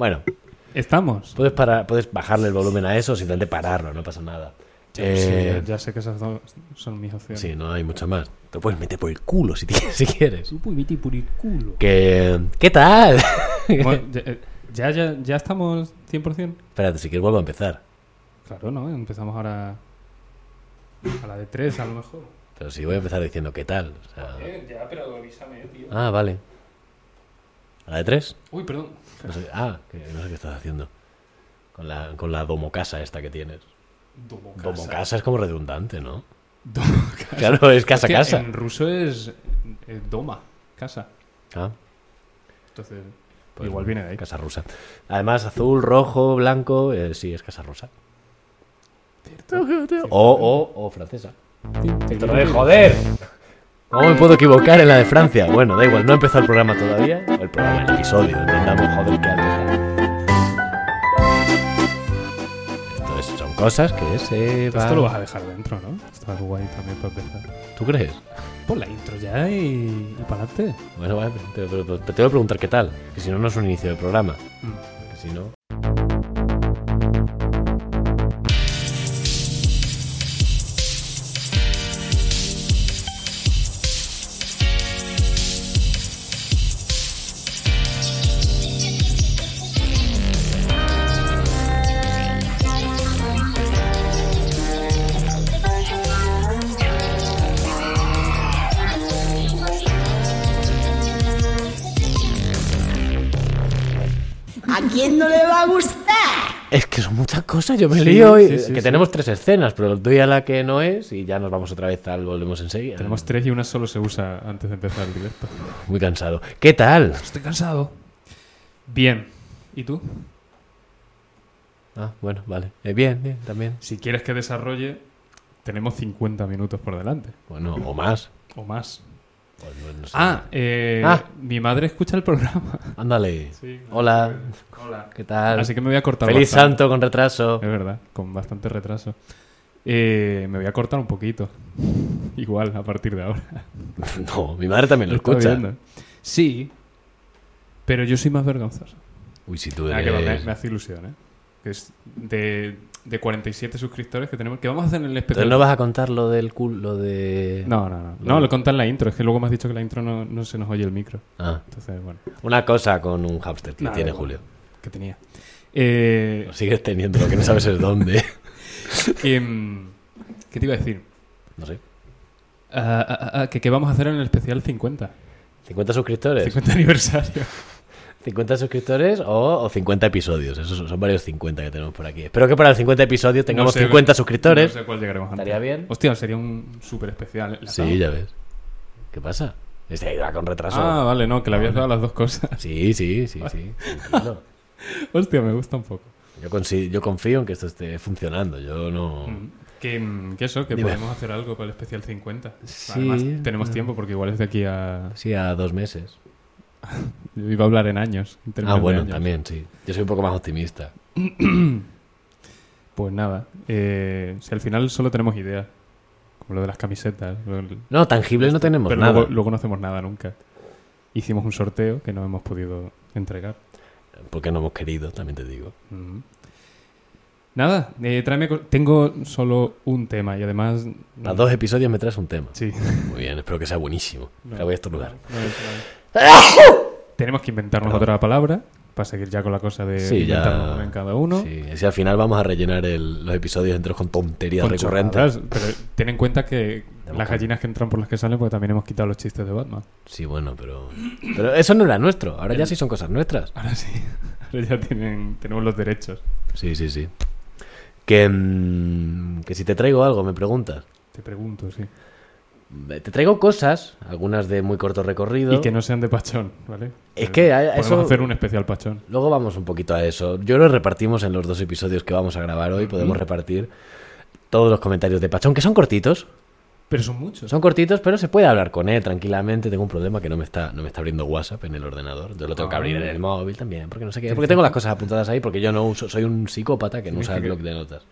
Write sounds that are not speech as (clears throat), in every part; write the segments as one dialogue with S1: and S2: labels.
S1: Bueno,
S2: Estamos.
S1: puedes, parar, puedes bajarle el volumen a eso, simplemente pararlo, no pasa nada.
S2: Sí,
S1: Eh,
S2: ya, ya sé que esas dos son mis opciones.
S1: sí, no hay mucho más. Te puedes meter por el culo si, (laughs) tienes- si quieres.
S2: Uy, vete por el
S1: (laughs)
S2: culo.
S1: Que, ¿Qué tal? (laughs)
S2: Bueno, ya, eh, ya, ya, ya estamos 100%.
S1: Espérate, si quieres vuelvo a empezar.
S2: Claro, ¿no? Empezamos ahora a la de tres, a lo mejor. Eh,
S1: Pero si voy a empezar diciendo qué tal. o sea-
S2: ya, pero avísame, tío.
S1: Ah, vale. ¿A la de tres?
S2: Uy, perdón.
S1: No sé- ah, que no sé qué estás haciendo. Con la, con la domocasa esta que tienes.
S2: Domocasa.
S1: Domocasa es como redundante, ¿no?
S2: (laughs) Domocasa.
S1: Claro, es casa
S2: Que
S1: casa.
S2: En ruso es eh, doma, casa.
S1: Ah,
S2: Entonces,
S1: pues
S2: igual viene de ahí.
S1: Casa rusa. Además, azul, rojo, blanco. eh, sí, es casa rusa. O, o, o francesa. ¡Joder! ¿Cómo me puedo equivocar en la de Francia? Bueno, da igual, no ha empezado el programa todavía. El programa, el episodio, intentamos joder que Entonces, son cosas que se
S2: Esto lo
S1: van.
S2: vas a dejar dentro, ¿no? Está guay también para empezar.
S1: ¿Tú crees?
S2: Pon la intro ya y, y para adelante.
S1: Bueno, vale, pero, pero- pero te tengo que preguntar qué tal, que si no, no es un inicio de programa.
S2: Mm.
S1: Que si no.
S3: ¿A quién no le va a gustar?
S1: Es que son muchas cosas, yo me
S2: Sí,
S1: lío. y-
S2: sí, sí,
S1: que
S2: sí.
S1: tenemos tres escenas, pero doy a la que no es y ya nos vamos otra vez al volvemos enseguida. Mm.
S2: Tenemos tres y una solo se usa antes de empezar el directo.
S1: Muy cansado. ¿Qué tal?
S2: Estoy cansado. Bien. ¿Y tú?
S1: Ah, bueno, vale. Eh, bien, bien, también.
S2: Si quieres que desarrolle, tenemos 50 minutos por delante.
S1: Bueno, o más.
S2: O más.
S1: Pues no- no sé.
S2: Ah, eh,
S1: Ah.
S2: mi madre escucha el programa.
S1: (laughs) Ándale.
S2: Sí.
S1: Hola,
S2: Hola.
S1: ¿qué tal?
S2: Así que me voy a cortar
S1: Feliz
S2: bastante. Eh,
S1: santo con retraso.
S2: Es verdad, con bastante retraso. Eh, me voy a cortar un poquito. (laughs) Igual, a partir de ahora.
S1: (laughs) No, mi madre también lo
S2: Está
S1: escucha.
S2: viendo. Sí, pero yo soy más vergonzoso.
S1: Uy, si tú
S2: Ah, que va, me,
S1: eres...
S2: me hace ilusión, ¿eh? Que es de, de 47 suscriptores que tenemos. Que vamos a hacer en el especial.
S1: Entonces no vas a contar lo del culo, lo de...
S2: no, no, no. No, lo contan en la intro. Es que luego me has dicho que la intro no, no se nos oye el micro.
S1: Ah,
S2: Entonces, bueno.
S1: una cosa con un hámster que
S2: Nada,
S1: tiene
S2: da igual.
S1: Julio.
S2: Que tenía. Eh,
S1: Lo sigues teniendo, lo que no sabes es
S2: (laughs)
S1: dónde.
S2: que, mm, ¿Qué te iba a decir?
S1: No sé.
S2: Ah, ah, ah, que qué vamos a hacer en el especial 50.
S1: 50 suscriptores.
S2: 50 aniversario.
S1: 50 suscriptores o, o 50 episodios. Esos son, son varios 50 que tenemos por aquí. Espero que para el 50 episodio tengamos
S2: No sé-
S1: 50 suscriptores.
S2: No sé cuál llegaremos antes.
S1: Estaría bien.
S2: Hostia, sería un súper especial. ¿La
S1: sí,
S2: damos?
S1: ya ves. ¿Qué pasa? Este ahí va con retraso.
S2: Ah, vale, no, que le habías dado las dos cosas. (laughs)
S1: Sí, sí, sí, sí. tranquilo.
S2: Hostia, me gusta un poco.
S1: Yo, consi- yo confío en que esto esté funcionando. Yo no.
S2: Que, mm, que eso, que
S1: Dime.
S2: podemos hacer algo para el especial 50.
S1: Sí.
S2: Además, tenemos tiempo porque igual es de aquí a.
S1: Sí, a dos meses.
S2: Yo iba a hablar en años. en
S1: Ah,
S2: términos de
S1: bueno,
S2: años.
S1: también, sí. Yo soy un poco más optimista.
S2: Pues nada, eh, si al final solo tenemos ideas, como lo de las camisetas, lo-
S1: No, tangible no tenemos
S2: Este, pero
S1: nada.
S2: luego, luego no hacemos nada nunca. Hicimos un sorteo que no hemos podido entregar.
S1: Porque no hemos querido, también te digo.
S2: Mm. Nada, eh, tráeme co- tengo solo un tema y además...
S1: A dos episodios me traes un tema.
S2: Mm. Sí.
S1: Muy bien, espero que sea buenísimo.
S2: No.
S1: La voy a estornudar.
S2: No, no, no. Tenemos que inventarnos otra palabra para seguir ya con la cosa de
S1: Sí, ya.
S2: inventarnos una Eh, en cada uno.
S1: Sí, si al final vamos a rellenar el- los episodios enteros con tonterías
S2: Con
S1: recurrentes.
S2: chorradas, Pero ten en cuenta que las gallinas que entran por las que salen, porque también hemos quitado los chistes de Batman.
S1: Sí, bueno, pero. Pero eso no era nuestro. Ahora ya sí son cosas nuestras.
S2: Ahora sí, (laughs) ahora ya tienen, tenemos los derechos.
S1: Sí, sí, sí. Que, mm, que si te traigo algo, me preguntas. Eh,
S2: Te pregunto, sí.
S1: Te traigo cosas, algunas de muy corto recorrido.
S2: Y que no sean de pachón, ¿vale?
S1: Es que a- a
S2: Podemos
S1: eso-
S2: hacer un especial pachón.
S1: Luego vamos un poquito a eso. Yo lo repartimos en los dos episodios que vamos a grabar hoy. Podemos repartir todos los comentarios de Pachón, que son cortitos.
S2: Pero son muchos.
S1: Son cortitos, pero se puede hablar con él tranquilamente. Tengo un problema que no me está, no me está abriendo WhatsApp en el ordenador. Yo lo tengo que
S2: Ah.
S1: abrir en el móvil también, porque no sé qué. Porque tengo las cosas apuntadas ahí, porque yo no uso, soy un psicópata que no
S2: Tienes
S1: usa el
S2: que-
S1: bloc de notas.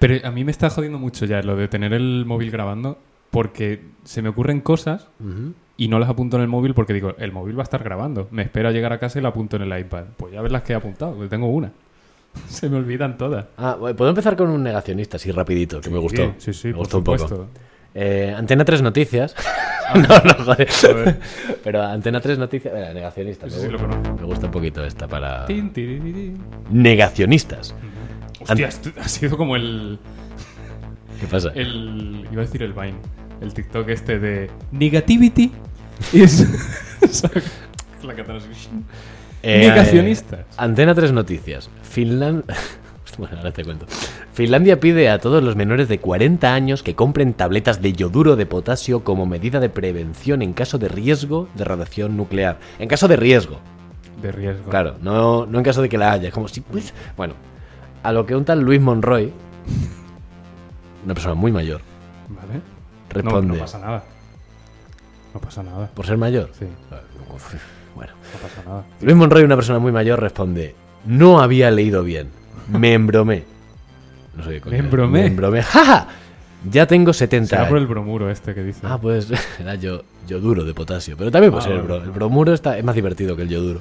S2: Pero a mí me está jodiendo mucho ya lo de tener el móvil grabando porque se me ocurren cosas
S1: Ujú.
S2: y no las apunto en el móvil porque digo, el móvil va a estar grabando. Me espero a llegar a casa y la apunto en el iPad. Pues ya ves las que he apuntado, porque tengo una. (laughs) Se me olvidan todas.
S1: Ah, bueno, puedo empezar con un negacionista, así rapidito, que me gustó.
S2: Sí, sí,
S1: me
S2: por
S1: gustó un
S2: supuesto.
S1: poco. Eh, Antena 3 Noticias. (laughs)
S2: Ah,
S1: no, no, joder.
S2: A ver.
S1: Pero Antena 3 Noticias. Mira, negacionista.
S2: Sí,
S1: me
S2: sí, lo
S1: gusta.
S2: conozco.
S1: Me gusta un poquito esta para.
S2: Tin, tiririrín.
S1: Negacionistas.
S2: Hostia, esto ha sido como el,
S1: ¿Qué pasa?
S2: el. Iba a decir el Vine. El TikTok este de. Negativity (laughs) is. (laughs) la catalogía.
S1: Eh,
S2: Negacionistas.
S1: eh, Antena 3 Noticias. Finlandia. (laughs) Bueno, ahora te cuento. Finlandia pide a todos los menores de 40 años que compren tabletas de yoduro de potasio como medida de prevención en caso de riesgo de radiación nuclear. En caso de riesgo,
S2: De riesgo.
S1: claro, no, no en caso de que la haya. Es como si. pues, Bueno, a lo que un tal Luis Monroy, una persona muy mayor,
S2: ¿Vale? No-
S1: responde:
S2: No, pasa nada. No pasa nada.
S1: ¿Por ser mayor?
S2: Sí,
S1: Uf, Bueno.
S2: no pasa nada.
S1: Luis Monroy, una persona muy mayor, responde: No había leído bien. Me embromé. No sé qué coño
S2: Me
S1: es.
S2: embromé.
S1: Me embromé. ¡Ja, ja! Ya tengo 70
S2: Será
S1: años.
S2: por (laughs) el bromuro este que dice.
S1: Ah, pues (laughs) era yo, yoduro de potasio. Pero también puede
S2: Ah,
S1: ser Pues el, bro-
S2: vale, vale.
S1: el bromuro. Está, es más divertido que el yoduro.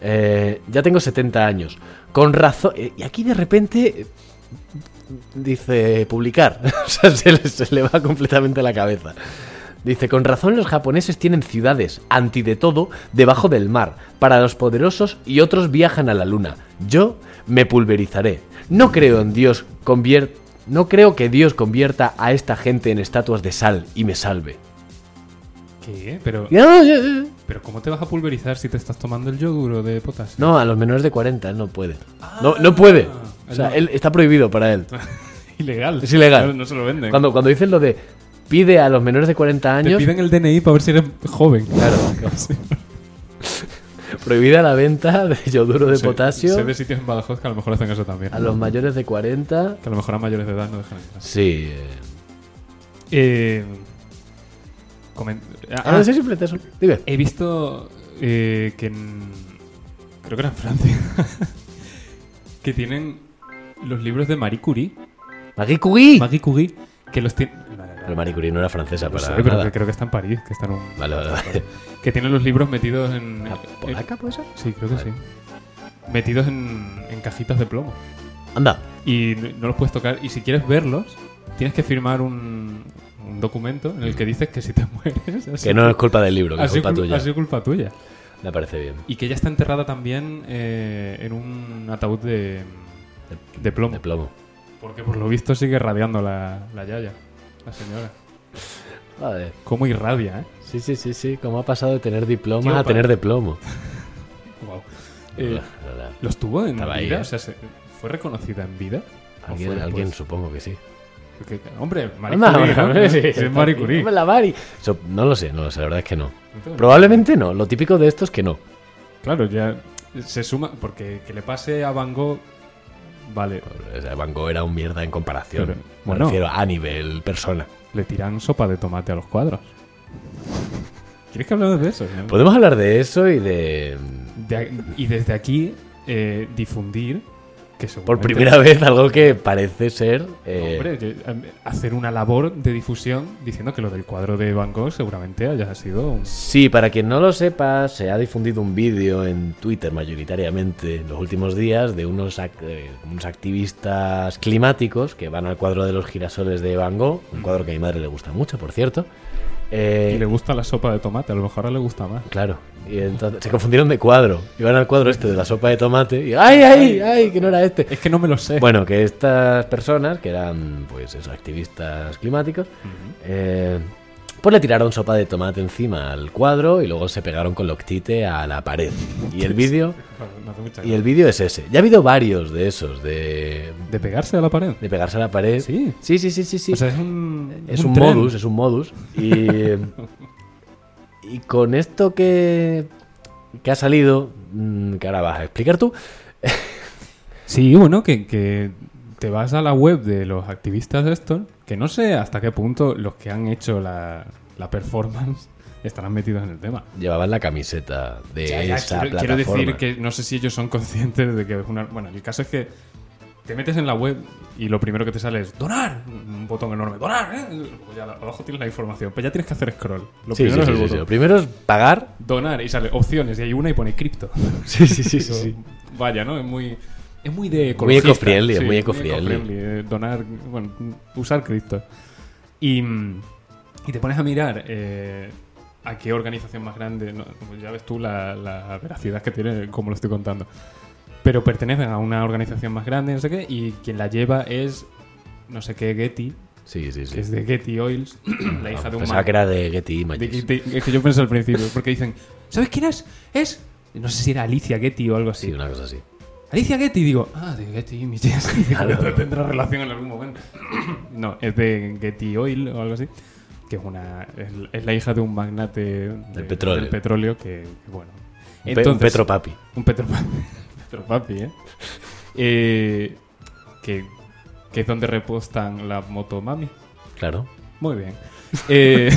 S1: Eh, ya tengo 70 años. Con razón. eh, Y aquí de repente eh, dice publicar. (laughs) o sea, se le, se le va completamente la cabeza. Dice, con razón los japoneses tienen ciudades, anti de todo, debajo del mar, para los poderosos y otros viajan a la luna. Yo me pulverizaré. No creo en Dios convier- No creo que Dios convierta a esta gente en estatuas de sal y me salve.
S2: ¿Qué? Pero,
S1: No, yo- yo-
S2: pero ¿cómo te vas a pulverizar si te estás tomando el yoguro de potasio?
S1: no, a los menores de 40 él no puede.
S2: Ah.
S1: No, no puede. O sea, él está prohibido para él.
S2: (laughs) Ilegal.
S1: Es ilegal.
S2: No, no se lo venden.
S1: Cuando, cuando dicen lo de pide a los menores de 40
S2: te
S1: años,
S2: piden el DNI para ver si eres joven.
S1: Claro.
S2: Sí.
S1: (laughs) prohibida la venta de yoduro de
S2: Sé-
S1: potasio
S2: Sé de sitios en Badajoz que a lo mejor hacen eso también.
S1: a los mayores de 40.
S2: Que a lo mejor a mayores de edad no dejan entrar.
S1: Sí. eh,
S2: Eh, comen- ah,
S1: Ah, sí, simplemente eso. Dime.
S2: He visto eh, que en... Creo que era en Francia. (laughs) que tienen los libros de Marie Curie.
S1: Marie Curie.
S2: Marie Curie. Que los tiene... Vale, vale,
S1: Pero Marie Curie no era francesa
S2: no
S1: para
S2: sé, Pues pero
S1: nada.
S2: que creo que está en París. Que, está en un-
S1: Vale, vale,
S2: (laughs)
S1: vale.
S2: que tienen los libros metidos en...
S1: Ah, ¿La
S2: en-
S1: ¿Polaca puede ser?
S2: Sí, creo que sí. Metidos en, en cajitas de plomo.
S1: Anda.
S2: Y no los puedes tocar. Y si quieres verlos, tienes que firmar un, un documento en el que dices que si te (laughs) mueres...
S1: Que no es culpa del libro, que
S2: ha
S1: es
S2: sido
S1: culpa
S2: cul-
S1: tuya.
S2: ha sido culpa tuya.
S1: Me parece bien.
S2: Y que ella está enterrada también eh, en un ataúd de, de plomo.
S1: De plomo.
S2: Porque por lo visto sigue radiando la, la yaya, la señora.
S1: Vale.
S2: Cómo irradia, ¿eh?
S1: Sí, sí, sí, sí. ¿Cómo ha pasado de tener diploma
S2: Tío,
S1: a
S2: pa-
S1: tener de plomo?
S2: Wow. Eh,
S1: La- la- la-
S2: ¿Los tuvo en
S1: Estaba ahí,
S2: vida?
S1: ¿eh?
S2: O sea, ¿se- ¿fue reconocida en vida? ¿O
S1: Alguien,
S2: fue
S1: alguien
S2: después?
S1: supongo que sí.
S2: Porque, hombre, pues. Marie
S1: Anda,
S2: Curie, ¿no?
S1: hombre, sí.
S2: Sí, es Marie Curie.
S1: Hombre, la Mari. So- no lo sé, no lo sé, la verdad es que no.
S2: Entonces,
S1: Probablemente no. Lo típico de esto es que no.
S2: Claro, ya se suma... Porque que le pase a Van Gogh... Vale,
S1: O sea, Van Gogh era un mierda en comparación.
S2: Pero,
S1: Me
S2: bueno.
S1: refiero a nivel persona.
S2: le tiran sopa de tomate a los cuadros. ¿Quieres que hablemos de eso?
S1: Podemos hablar de eso y de.
S2: De- y desde aquí eh, difundir que
S1: Por
S2: seguramente-
S1: primera vez algo que parece ser. eh,
S2: Hombre, yo- eh, hacer una labor de difusión diciendo que lo del cuadro de Van Gogh seguramente haya sido un...
S1: Sí, para quien no lo sepa, se ha difundido un vídeo en Twitter mayoritariamente en los últimos días de unos, ac- eh, unos activistas climáticos que van al cuadro de los girasoles de Van Gogh, un cuadro que a mi madre le gusta mucho, por cierto. Eh,
S2: Mm. Y le gusta la sopa de tomate, a lo mejor ahora le gusta más.
S1: Claro, y entonces se confundieron de cuadro. Iban al cuadro este de la sopa de tomate y ¡ay, ay, ay! Que no era este.
S2: Es que no me lo (laughs) sé.
S1: Bueno, que estas personas, que eran pues esos activistas climáticos,
S2: Ujú.
S1: eh, pues le tiraron sopa de tomate encima al cuadro y luego se pegaron con loctite a la pared. Y el vídeo
S2: Me hace mucha
S1: y el
S2: gracia.
S1: vídeo es ese. Ya ha habido varios de esos de,
S2: ¿De pegarse a la pared?
S1: de pegarse a la pared.
S2: Sí.
S1: sí, sí, sí, sí. sí.
S2: O sea, es un...
S1: es un,
S2: tren.
S1: modus, es un modus y y con esto que que ha salido, mm, que ahora vas a explicar tú.
S2: Sí, bueno, que, que te vas a la web de los activistas de estos, que no sé hasta qué punto los que han hecho la, la performance (laughs) estarán metidos en el tema.
S1: Llevaban la camiseta de
S2: Ya, ya,
S1: esa
S2: quiero,
S1: plataforma.
S2: quiero decir que no sé si ellos son conscientes de que es una... Bueno, el caso es que te metes en la web y lo primero que te sale es donar, un botón enorme, donar, ¿eh? Pues ya abajo tienes la información, pero ya tienes que hacer scroll. Lo
S1: Sí, sí,
S2: primero es
S1: sí,
S2: el
S1: sí, sí.
S2: botón.
S1: Lo primero es
S2: (laughs)
S1: pagar.
S2: Donar y sale opciones y hay una y pone cripto.
S1: Sí, sí, sí, sí.
S2: Digo,
S1: sí.
S2: Vaya, ¿no? Es muy es muy de ecologista.
S1: eco-friendly, es muy eco-friendly.
S2: eco-friendly, eh, donar, bueno, usar cripto. Y, mm, y te pones a mirar eh, a qué organización más grande, no, pues ya ves tú la, la veracidad que tiene como lo estoy contando. Pero pertenecen a una organización más grande, no sé qué, y quien la lleva es no sé qué Getty,
S1: Sí, sí,
S2: que
S1: sí.
S2: es de Getty Oils, (clears throat) la hija de un
S1: Pensaba
S2: man-
S1: que era de Getty
S2: de
S1: Images.
S2: Getty- es que yo pensé al principio, porque dicen, ¿sabes quién es? Es, no sé si era Alicia Getty o algo así.
S1: Sí, una cosa así.
S2: Alicia Getty, digo, ah, de Getty
S1: (laughs)
S2: Images.
S1: Claro.
S2: Tendrá relación en algún momento. (clears throat) no, es de Getty Oil o algo así, que es una es, es la hija de un magnate de- del
S1: petróleo.
S2: petróleo que, que, bueno.
S1: Un pe- un Petropapi.
S2: (laughs) Un petropapi. petropapi, ¿eh? Eh, que, que es donde repostan la motomami.
S1: Claro.
S2: Muy bien. Eh,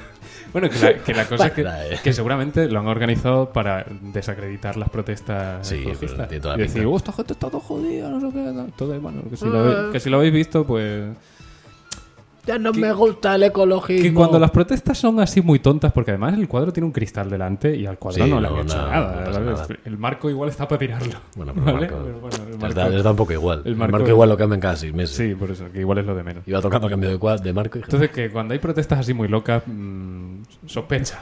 S2: (laughs) bueno, que la, que la cosa es que,
S1: Para, eh.
S2: que seguramente lo han organizado para desacreditar las protestas
S1: Sí,
S2: ecologistas.
S1: pero tiene toda la
S2: y decir,
S1: pinta.
S2: "Oh, esta gente está todo jodida, no sé qué. no". Todo, bueno, que si, lo, habéis- que si lo habéis visto, pues...
S1: Ya no me gusta el ecologismo.
S2: Que cuando las protestas son así muy tontas, porque además el cuadro tiene un cristal delante y al cuadro
S1: Sí,
S2: no le
S1: no,
S2: han hecho
S1: no,
S2: nada,
S1: no pasa
S2: ¿vale?
S1: nada.
S2: El marco igual está para tirarlo.
S1: Bueno, pero
S2: ¿vale?
S1: el
S2: Pero
S1: marco.
S2: bueno, el
S1: les,
S2: marco-
S1: da, les da un poco igual.
S2: el
S1: El
S2: marco-
S1: marco, igual lo cambian cada seis meses.
S2: Sí, por eso, que igual es lo de menos.
S1: Iba tocando cambio de cuad, de marco y
S2: Entonces, que cuando hay protestas así muy locas, mm, sospecha.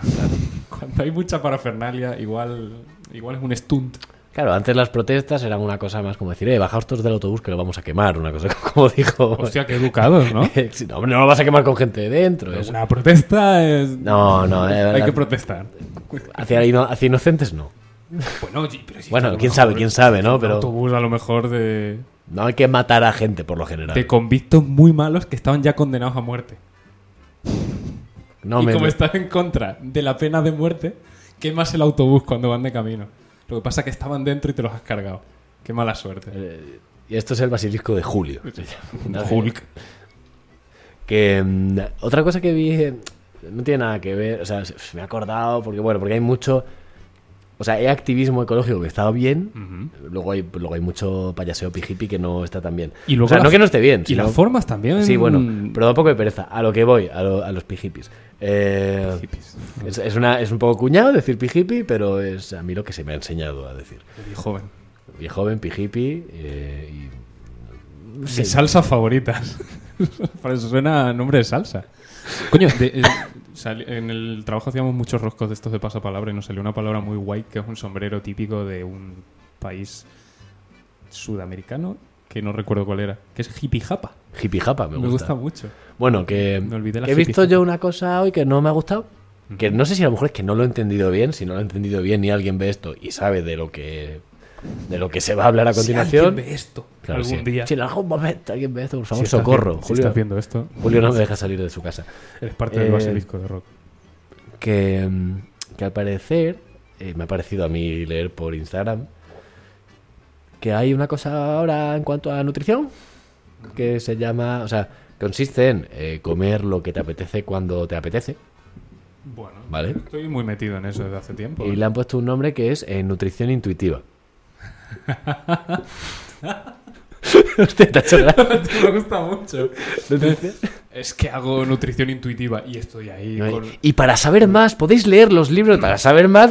S2: cuando hay mucha parafernalia, igual, igual es un stunt.
S1: Claro, antes las protestas eran una cosa más como decir, eh, bajaos todos del autobús que lo vamos a quemar, una cosa (laughs) como dijo.
S2: Hostia, qué educados, (laughs) ¿no?
S1: (laughs) Sí, no, hombre, no lo vas a quemar con gente de dentro. eso.
S2: Una protesta es...
S1: No, no, eh,
S2: hay
S1: la-
S2: que protestar.
S1: Hacia, ino- hacia inocentes no.
S2: Bueno, oye, pero si
S1: Bueno,
S2: está
S1: quién
S2: un
S1: sabe,
S2: autobús-
S1: quién sabe, ¿no?
S2: un
S1: Pero
S2: autobús a lo mejor de,
S1: no hay que matar a gente por lo
S2: de
S1: general.
S2: convictos muy malos que estaban ya condenados a muerte.
S1: No
S2: y
S1: me.
S2: como estás en contra de la pena de muerte, quemas el autobús cuando van de camino. Lo que pasa es que estaban dentro y te los has cargado. Qué mala suerte.
S1: eh, Y esto es el basilisco de
S2: (laughs)
S1: Julio.
S2: Hulk.
S1: Que mm, otra cosa que vi eh, no tiene nada que ver, o sea, se- me he acordado porque bueno, porque hay mucho o sea, hay activismo ecológico que está bien,
S2: Ujú.
S1: luego hay luego hay mucho payaseo pijipi que no está tan bien.
S2: Y luego
S1: o sea,
S2: la-
S1: no que no esté bien,
S2: Y
S1: sino-
S2: las formas también.
S1: Sí, bueno, pero da un poco de pereza a lo que voy, a, lo- a los pijipis. Eh,
S2: Hippies.
S1: es, es una, es un poco cuñado decir pijipi, pero es a mí lo que se me ha enseñado a decir.
S2: Yo di joven.
S1: Y joven, pijipi eh, y...
S2: Mis salsas favoritas. (laughs) Para eso suena a nombre de salsa. Coño, de- eh, sali- en el trabajo hacíamos muchos roscos de estos de pasapalabra y nos salió una palabra muy guay que es un sombrero típico de un país sudamericano que no recuerdo cuál era, que es hipijapa.
S1: Hipijapa
S2: Me gusta mucho.
S1: Bueno, que,
S2: Me olvidé la
S1: que he visto
S2: hippie.
S1: yo una cosa hoy que no me ha gustado. Que no sé si a lo mejor es que no lo he entendido bien, si no lo he entendido bien y alguien ve esto y sabe de lo que de lo que se va a hablar a continuación.
S2: Si alguien ve esto
S1: Claro,
S2: algún
S1: sí.
S2: día.
S1: Si en algún momento alguien ve esto, por
S2: Si
S1: favor,
S2: estás
S1: socorro.
S2: viendo- si
S1: Julio,
S2: estás viendo esto,
S1: Julio no me deja salir de su casa.
S2: eres parte
S1: Eh,
S2: del basilisco de rock.
S1: Que, mm, que al parecer, eh, me ha parecido a mí leer por Instagram, que hay una cosa ahora en cuanto a nutrición que se llama, o sea, consiste en eh, comer lo que te apetece cuando te apetece.
S2: Bueno,
S1: Vale.
S2: estoy muy metido en eso desde hace tiempo. (laughs)
S1: Y le han puesto un nombre que es eh, nutrición intuitiva. Hostia, te ha hecho (laughs) gracia.
S2: me gusta mucho. Es que hago nutrición intuitiva y estoy ahí
S1: No hay-
S2: con...
S1: Y para saber más, podéis leer los libros. Para saber más.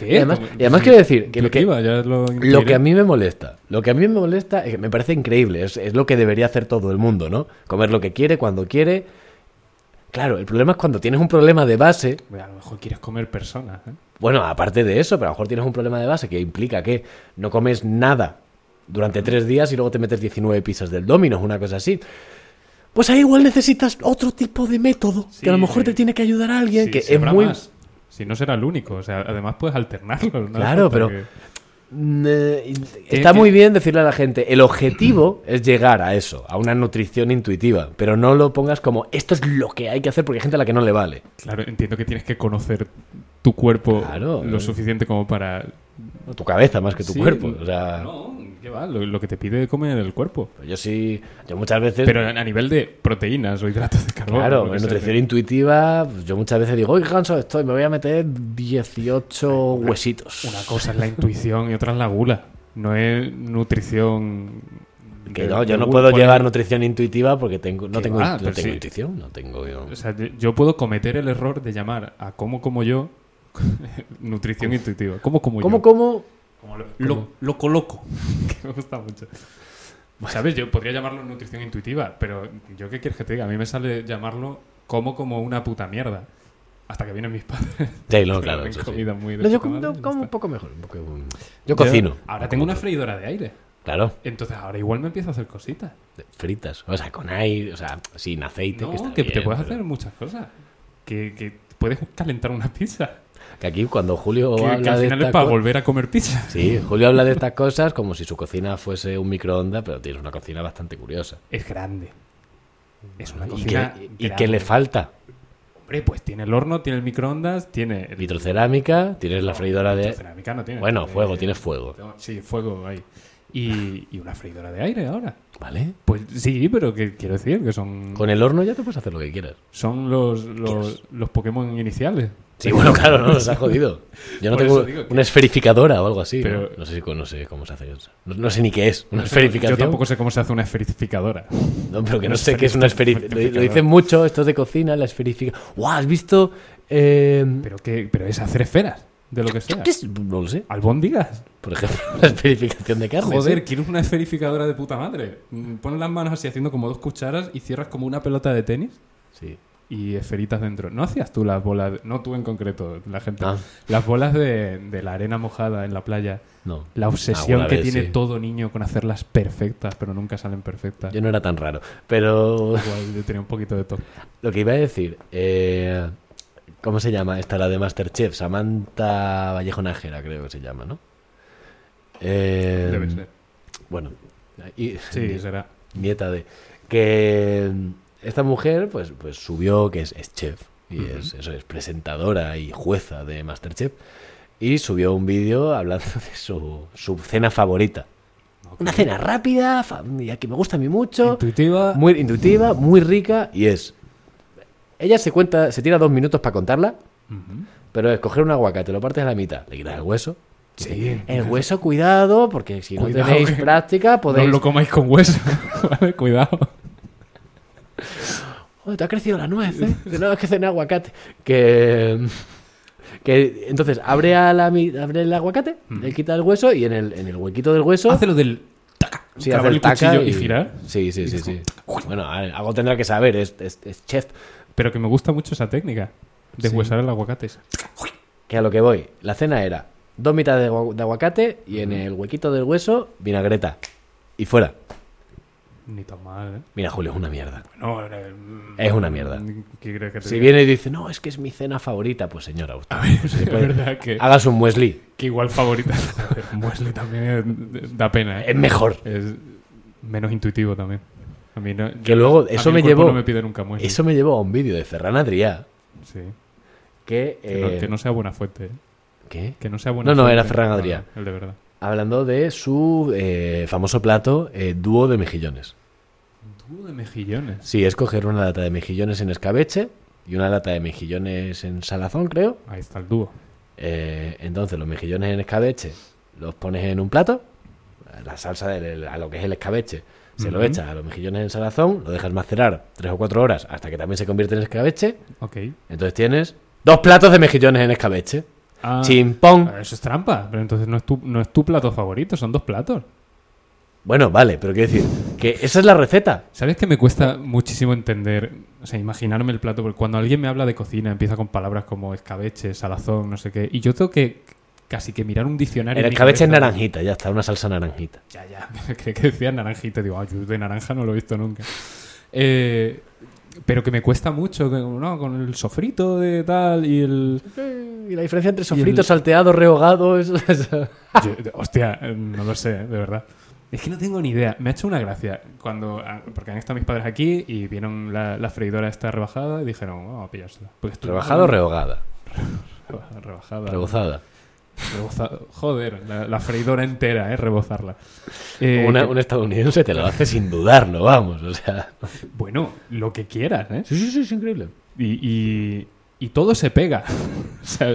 S1: Y además, y además quiero decir que lo, que
S2: Intuitiva, ya lo,
S1: lo que
S2: intuiré.
S1: a mí me molesta. Lo que a mí me molesta es que me parece increíble. Es, es lo que debería hacer todo el mundo, ¿no? Comer lo que quiere, cuando quiere. Claro, el problema es cuando tienes un problema de base.
S2: Bueno, A lo mejor quieres comer personas. ¿eh?
S1: Bueno, aparte de eso, pero a lo mejor tienes un problema de base que implica que no comes nada durante tres días y luego te metes 19 pizzas del Domino's, una cosa así. Pues ahí igual necesitas otro tipo de método
S2: Sí,
S1: que a lo mejor
S2: sí.
S1: te tiene que ayudar a alguien,
S2: Sí,
S1: que
S2: si
S1: es
S2: habrá
S1: muy...
S2: más. Si no será el único. O sea, además puedes alternarlo. ¿no?
S1: Claro,
S2: Porque-
S1: pero- Mm, eh, Está
S2: que-
S1: muy bien decirle a la gente, el
S2: (clears throat)
S1: objetivo es llegar a eso, a una nutrición intuitiva, pero no lo pongas como, esto es lo que hay que hacer porque hay gente a la que no le vale.
S2: Claro, entiendo que tienes que conocer tu cuerpo
S1: Claro.
S2: lo suficiente como para...
S1: Tu cabeza más que tu
S2: Sí,
S1: cuerpo. O sea, pues
S2: No, ¿qué va? Lo, lo que te pide comer el cuerpo.
S1: yo sí, yo muchas veces...
S2: Pero a nivel de proteínas o hidratos de carbono.
S1: Claro,
S2: lo que
S1: en
S2: sea.
S1: nutrición intuitiva, pues, yo muchas veces digo, hoy canso estoy, me voy a meter 18 huesitos.
S2: Una cosa es la intuición y otra es la gula. No es nutrición
S1: Que
S2: de-
S1: no, yo
S2: de
S1: no
S2: Google
S1: puedo
S2: pone-
S1: llevar nutrición intuitiva porque tengo, no
S2: Que
S1: tengo,
S2: va,
S1: no
S2: pero
S1: tengo
S2: sí.
S1: intuición. No tengo yo-
S2: O sea, yo- yo puedo cometer el error de llamar a como como yo (laughs) nutrición intuitiva. Como como
S1: ¿Cómo,
S2: yo.
S1: cómo?
S2: Como lo, lo, loco loco. (laughs) que me gusta mucho. ¿Sabes? Yo podría llamarlo nutrición intuitiva, pero yo qué quieres que te diga. A mí me sale llamarlo como como una puta mierda. Hasta que vienen mis padres.
S1: Sí, no,
S2: (laughs) Que
S1: claro.
S2: hacen
S1: eso sí.
S2: pues comida muy de
S1: No, yo
S2: puta
S1: como,
S2: madre, ya
S1: como un
S2: está.
S1: poco mejor. un poco- Yo cocino.
S2: Ahora tengo una freidora de aire.
S1: Claro,
S2: Entonces ahora igual me empiezo a hacer cositas.
S1: fritas. O sea, con aire, o sea, sin aceite.
S2: No,
S1: que, está
S2: que te
S1: bien,
S2: puedes
S1: pero-
S2: hacer muchas cosas. Que, que puedes calentar una pizza.
S1: Que aquí cuando Julio
S2: Que, que
S1: habla
S2: al
S1: de
S2: final
S1: esta
S2: es para
S1: co-
S2: volver a comer pizza.
S1: Sí, Julio habla de estas cosas como si su cocina fuese un microondas, pero tienes una cocina bastante curiosa.
S2: Es grande. Es una
S1: ¿Y
S2: cocina
S1: qué, y
S2: grande.
S1: qué le falta?
S2: Hombre, pues tiene el horno, tiene el microondas, tiene... El...
S1: Vitrocerámica, tienes la freidora de...
S2: Cerámica no tiene.
S1: Bueno,
S2: Eh,
S1: fuego, tienes fuego.
S2: no, Sí, fuego ahí. Y, y una freidora de aire ahora.
S1: ¿Vale?
S2: Pues sí, pero que quiero decir que son...
S1: Con el horno ya te puedes hacer lo que quieras.
S2: Son los, los, los Pokémon iniciales.
S1: Sí, bueno, claro, no
S2: (laughs)
S1: nos ha jodido. Yo no
S2: Por
S1: tengo
S2: eso digo que-
S1: una esferificadora o algo así. ¿no?
S2: Pero-
S1: ¿no? sé, si- no sé cómo se hace eso. No, no sé ni qué es. Una
S2: No sé,
S1: esferificación.
S2: Yo tampoco sé cómo se hace una esferificadora.
S1: No, pero que no
S2: Una
S1: sé qué es una
S2: esferi-
S1: esferificadora. Lo
S2: esferificadora.
S1: dicen mucho, esto de cocina, la esferificación. ¡Guau! ¿Has visto...? Eh...
S2: Pero, que, pero es hacer esferas, de lo que sea.
S1: ¿qué es? No lo sé.
S2: Albóndigas.
S1: Por ejemplo, (laughs) la esferificación de carne.
S2: Joder,
S1: sí.
S2: ¿quieres una esferificadora de puta madre? Mm, Pon las manos así haciendo como dos cucharas y cierras como una pelota de tenis
S1: Sí.
S2: y esferitas dentro. ¿No hacías tú las bolas? No tú en concreto, la gente.
S1: Ah.
S2: Las bolas de, de la arena mojada en la playa.
S1: No.
S2: La obsesión
S1: Alguna
S2: que
S1: vez,
S2: tiene
S1: sí.
S2: todo niño con hacerlas perfectas, pero nunca salen perfectas.
S1: Yo no era tan raro. Pero
S2: Igual yo tenía un poquito de toque.
S1: lo que iba a decir, eh, ¿cómo se llama esta la de Masterchef? Samantha Vallejo Nájera, creo que se llama, ¿no? Eh,
S2: Debe ser.
S1: Bueno, y-
S2: Sí, será.
S1: (laughs) nieta de... Que esta mujer pues, pues subió que es, es chef y es, eso es presentadora y jueza de Masterchef y subió un vídeo hablando (laughs) de su, su cena favorita.
S2: Ok.
S1: Una cena rápida, fa- y a que me gusta a mí mucho.
S2: Intuitiva.
S1: muy intuitiva, muy rica y es. Ella se cuenta, se tira dos minutos para contarla,
S2: Ujú.
S1: pero es coger un aguacate, lo partes a la mitad, le quitas el hueso.
S2: Sí.
S1: El hueso, cuidado, porque si
S2: Cuidado,
S1: no tenéis
S2: que-
S1: práctica, podéis.
S2: No lo comáis con hueso. (laughs) vale, cuidado.
S1: Joder, te ha crecido la nuez,
S2: (laughs)
S1: ¿eh? Que No, es que cené aguacate. Que. Que, entonces abre, a la, mi- abre el aguacate, le quita el hueso y en el, en el huequito del hueso.
S2: Mm. Hace lo del taca.
S1: Sí,
S2: clavar
S1: hacer
S2: el
S1: taca
S2: cuchillo y, girar.
S1: Sí, sí, sí. sí. Bueno, a ver, algo tendrá que saber, es, es- es chef.
S2: Pero que me gusta mucho esa técnica. De
S1: Sí.
S2: huesar el aguacate.
S1: Que a lo que voy, la cena era dos mitades de, agua- de aguacate y en el huequito del hueso, vinagreta. Y fuera.
S2: Ni tan mal, ¿eh?
S1: Mira, Julio, es una mierda.
S2: No, eh,
S1: Es una mierda.
S2: ¿Qué crees que te
S1: Si
S2: diga?
S1: viene y dice, no, es que es mi cena favorita, pues señora, usted. pues, se
S2: (laughs) Es
S1: puede-
S2: verdad que,
S1: Hagas un Wesley.
S2: que igual favorita. (laughs) Joder, Wesley también eh, da pena. ¿eh?
S1: Es mejor.
S2: Es menos intuitivo también. A mí no,
S1: Que luego,
S2: a mí
S1: eso
S2: el
S1: me
S2: cuerpo
S1: llevó-
S2: No me pide nunca Wesley.
S1: Eso me llevó a un vídeo de Ferran Adrià.
S2: Sí.
S1: Que,
S2: Que, no,
S1: eh,
S2: que no sea buena fuente. ¿eh?
S1: ¿Qué?
S2: Que no sea buena
S1: No, no, era
S2: fuente.
S1: Ferran
S2: No,
S1: Adrià.
S2: no, el de verdad.
S1: Hablando de su eh, famoso plato, eh, dúo de mejillones.
S2: Dúo de mejillones.
S1: Sí, es coger una lata de mejillones en escabeche y una lata de mejillones en salazón, creo.
S2: Ahí está el dúo.
S1: Eh, entonces, los mejillones en escabeche los pones en un plato, la salsa del- a lo que es el escabeche se lo
S2: Ujú.
S1: echas a los mejillones en salazón, lo dejas macerar 3 o 4 horas hasta que también se convierte en escabeche.
S2: Ok.
S1: Entonces tienes dos platos de mejillones en escabeche.
S2: Ah,
S1: Chimpón.
S2: Ah, Eso es trampa, pero entonces no es, tu, no es tu plato favorito, son dos platos.
S1: Bueno, vale, pero quiero decir que esa es la receta.
S2: ¿Sabes que me cuesta muchísimo entender, o sea, imaginarme el plato? Porque cuando alguien me habla de cocina empieza con palabras como escabeche, salazón, no sé qué, y yo tengo que casi que mirar un diccionario.
S1: El
S2: en mi
S1: escabeche es
S2: cabeza.
S1: naranjita, ya está, una salsa naranjita.
S2: Ya, ya. (laughs) Creí que decía naranjita, digo, ah, yo de naranja no lo he visto nunca. Eh, pero que me cuesta mucho, que, ¿no? Con el sofrito de tal y el.
S1: Y la diferencia entre
S2: sofrito,
S1: sofrito, salteado, rehogado es...
S2: Yo- hostia, eh, no lo sé, eh, de verdad. Es que no tengo ni idea. Me ha hecho una gracia. cuando ah, Porque han estado mis padres aquí y vieron la, la freidora esta rebajada y dijeron, vamos a pillársela. Porque esto-
S1: Rebajado o rehogada.
S2: Reba- Rebajada.
S1: Rebozada.
S2: Reboza- Joder, la, la freidora entera, ¿eh? Rebozarla. Eh,
S1: Una-
S2: que-
S1: un estadounidense te lo hace sin dudarlo, vamos. O sea...
S2: Bueno, lo que quieras, ¿eh?
S1: Sí, sí, sí, es increíble.
S2: Y, y- y todo se (laughs) pega. o sea,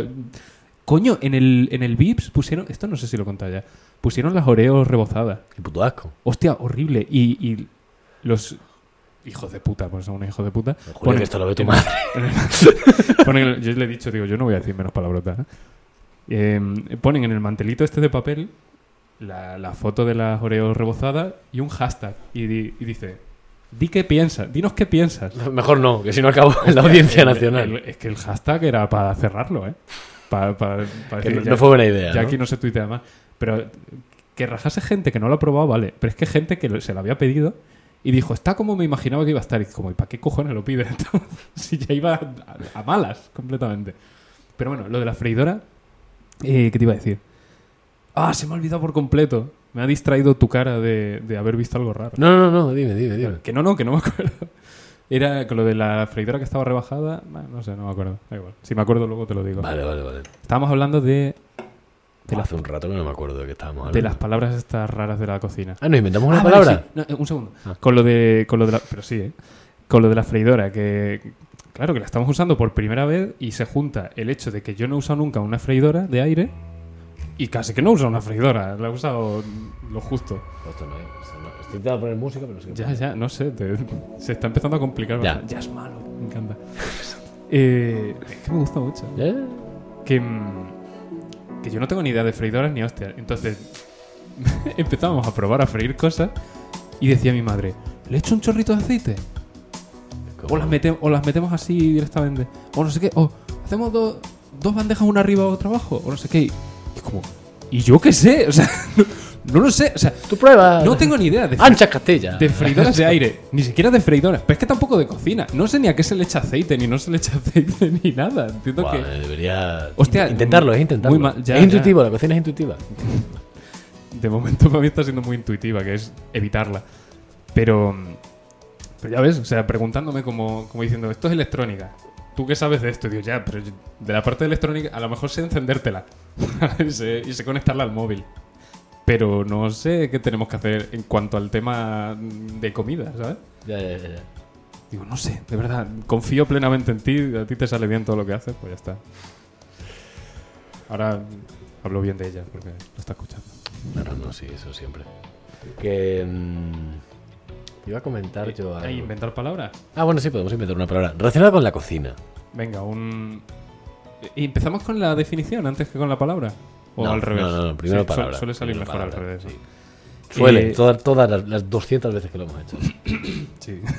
S2: coño, en el, en el Vips pusieron. Esto no sé si lo he contado ya. pusieron las Oreos rebozadas.
S1: Qué puto asco.
S2: Hostia, horrible. Y, y los hijos de puta, pues son unos hijos de puta.
S1: Juro
S2: ponen-
S1: que esto lo ve tu madre.
S2: ponen el- yo le he dicho, digo, yo no voy a decir menos palabrotas. ¿eh? Eh, ponen en el mantelito este de papel la, la foto de las Oreos rebozadas y un hashtag. Y, di- y dice, di qué piensas, dinos qué piensas.
S1: (laughs) Mejor no, que si no acabo en la audiencia
S2: El-
S1: nacional.
S2: el- es que el hashtag era para cerrarlo, ¿eh? Para, para- para
S1: Que
S2: decir,
S1: no,
S2: ya-
S1: no fue buena idea.
S2: ya
S1: ¿no?
S2: aquí no se tuitea más. Pero que rajase gente que no lo ha probado, vale. Pero es que gente que lo- se lo había pedido y dijo, está como me imaginaba que iba a estar. Y como, ¿y para qué cojones lo (laughs) pides? si ya iba a, a malas completamente. Pero bueno, lo de la freidora, eh, ¿qué te iba a decir? Ah, se me ha olvidado por completo. Me ha distraído tu cara de, de haber visto algo raro.
S1: No, no, no, dime, dime, dime.
S2: Que no, no, que no me acuerdo. Era con lo de la freidora que estaba rebajada. Bueno, No sé, no me acuerdo. Da igual. Si me acuerdo, luego te lo digo.
S1: Vale, vale, vale.
S2: Estábamos hablando de, de las
S1: Hace un rato que no me acuerdo de qué estábamos hablando.
S2: de las palabras estas raras de la cocina.
S1: Ah, nos inventamos
S2: Ah,
S1: una
S2: vale,
S1: palabra.
S2: sí. No, eh, un segundo.
S1: Ah.
S2: Con lo de. Con lo de la, pero sí, ¿eh? Con lo de la freidora, que. Claro, que la estamos usando por primera vez y se junta el hecho de que yo no he usado nunca una freidora de aire y casi que no he usado una freidora, la he usado lo justo.
S1: Esto no es- esto no- Estoy intentando poner música, pero no sé qué
S2: Ya, ya, no sé, te- se está empezando a complicar.
S1: Ya.
S2: bastante. ya es malo, me encanta. (laughs) Eh, es que me gusta mucho.
S1: poner. ¿Eh?
S2: que, mm, que yo no tengo ni idea de freidoras ni hostia. Entonces (laughs) empezábamos a probar a freír cosas y decía mi madre, ¿le echo un chorrito de aceite? O las, mete- o las metemos así directamente. O no sé qué. O hacemos dos- dos bandejas una arriba otra abajo. O no sé qué. Y es como, ¿y yo qué sé? (laughs) O sea, no, no lo sé. O sea,
S1: Tú pruebas.
S2: no tengo ni idea de,
S1: Ancha Castella.
S2: de freidoras de aire. Ni siquiera de freidoras. Pero es que tampoco de cocina. No sé ni a qué se le echa aceite, ni no se le echa (laughs) aceite, ni nada. Entiendo
S1: Buah,
S2: que...
S1: eh, debería
S2: Hostia,
S1: intentarlo, es
S2: muy
S1: intentarlo.
S2: mal, ya,
S1: es
S2: ya.
S1: intuitivo, la cocina es intuitiva.
S2: De momento (laughs) para mí está siendo muy intuitiva, que es evitarla. Pero, pero ya ves, o sea, preguntándome como, como diciendo, esto es electrónica. ¿Tú qué sabes de esto? Y digo, ya, pero yo- de la parte de electrónica a lo mejor sé encendértela (laughs) y, sé, y sé conectarla al móvil. Pero no sé qué tenemos que hacer en cuanto al tema de comida, ¿sabes?
S1: Ya, ya, ya, ya.
S2: Digo, no sé, de verdad, confío plenamente en ti, a ti te sale bien todo lo que haces, pues ya está. Ahora hablo bien de ella, porque lo está escuchando.
S1: No, no, no, sí, eso siempre. Que. mm, iba a comentar yo
S2: Eh,
S1: algo.
S2: ¿Inventar palabras?
S1: Ah, bueno, sí, podemos inventar una palabra. Relacionada con la cocina.
S2: Venga, un. ¿Y ¿Empezamos con la definición antes que con la palabra? ¿O
S1: No,
S2: al revés?
S1: No, no, no, primero
S2: Sí, su-
S1: palabra.
S2: Suele salir
S1: primero
S2: mejor al
S1: palabra,
S2: revés.
S1: sí. Suele,
S2: Eh,
S1: todas, todas las, las 200 veces que lo hemos hecho.
S2: Sí. (laughs)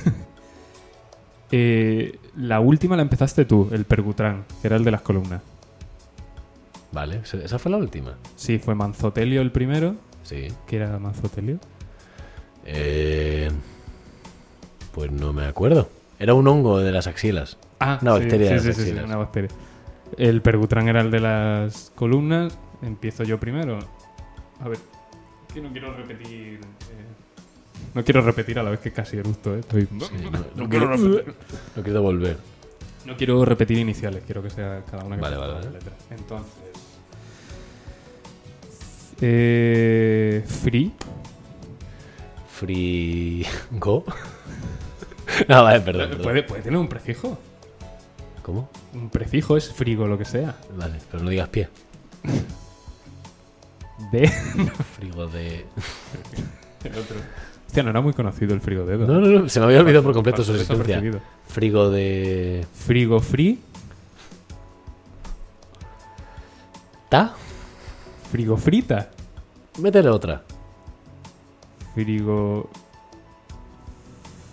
S2: Eh, la última la empezaste tú, el Percutrán, que era el de las columnas.
S1: Vale, se- esa fue la última.
S2: Sí, fue Manzotelio el primero,
S1: Sí.
S2: que era Manzotelio.
S1: Eh, pues no me acuerdo. Era un hongo de las
S2: (laughs)
S1: axilas.
S2: Ah,
S1: Una
S2: sí,
S1: bacteria
S2: sí,
S1: de
S2: sí,
S1: las
S2: sí, sí,
S1: axilas.
S2: una bacteria. El Percutrán era el de las columnas. Empiezo yo primero. A ver, que no quiero repetir. eh, no quiero repetir a la vez que casi eructo, eh. Estoy...
S1: Sí, no, no quiero, no quiero volver.
S2: No quiero repetir iniciales, quiero que sea cada una que
S1: Vale,
S2: sea
S1: vale,
S2: todas las
S1: vale.
S2: letras. Entonces. Eh, free.
S1: Free (laughs) go. no, Ah, vale, perdón. perdón.
S2: ¿Puede, puede tener un prefijo.
S1: ¿Cómo?
S2: Un prefijo es frigo, lo que sea.
S1: Vale, pero no digas pie. (laughs)
S2: De.
S1: Frigo de.
S2: El otro. Hostia, no era muy conocido el frigo dedo.
S1: No, no, no, se me había olvidado por completo su
S2: Pasó
S1: existencia.
S2: desapercibido.
S1: Frigo de.
S2: Frigo free.
S1: ¿Ta?
S2: Frigo frita.
S1: Métele otra.
S2: Frigo.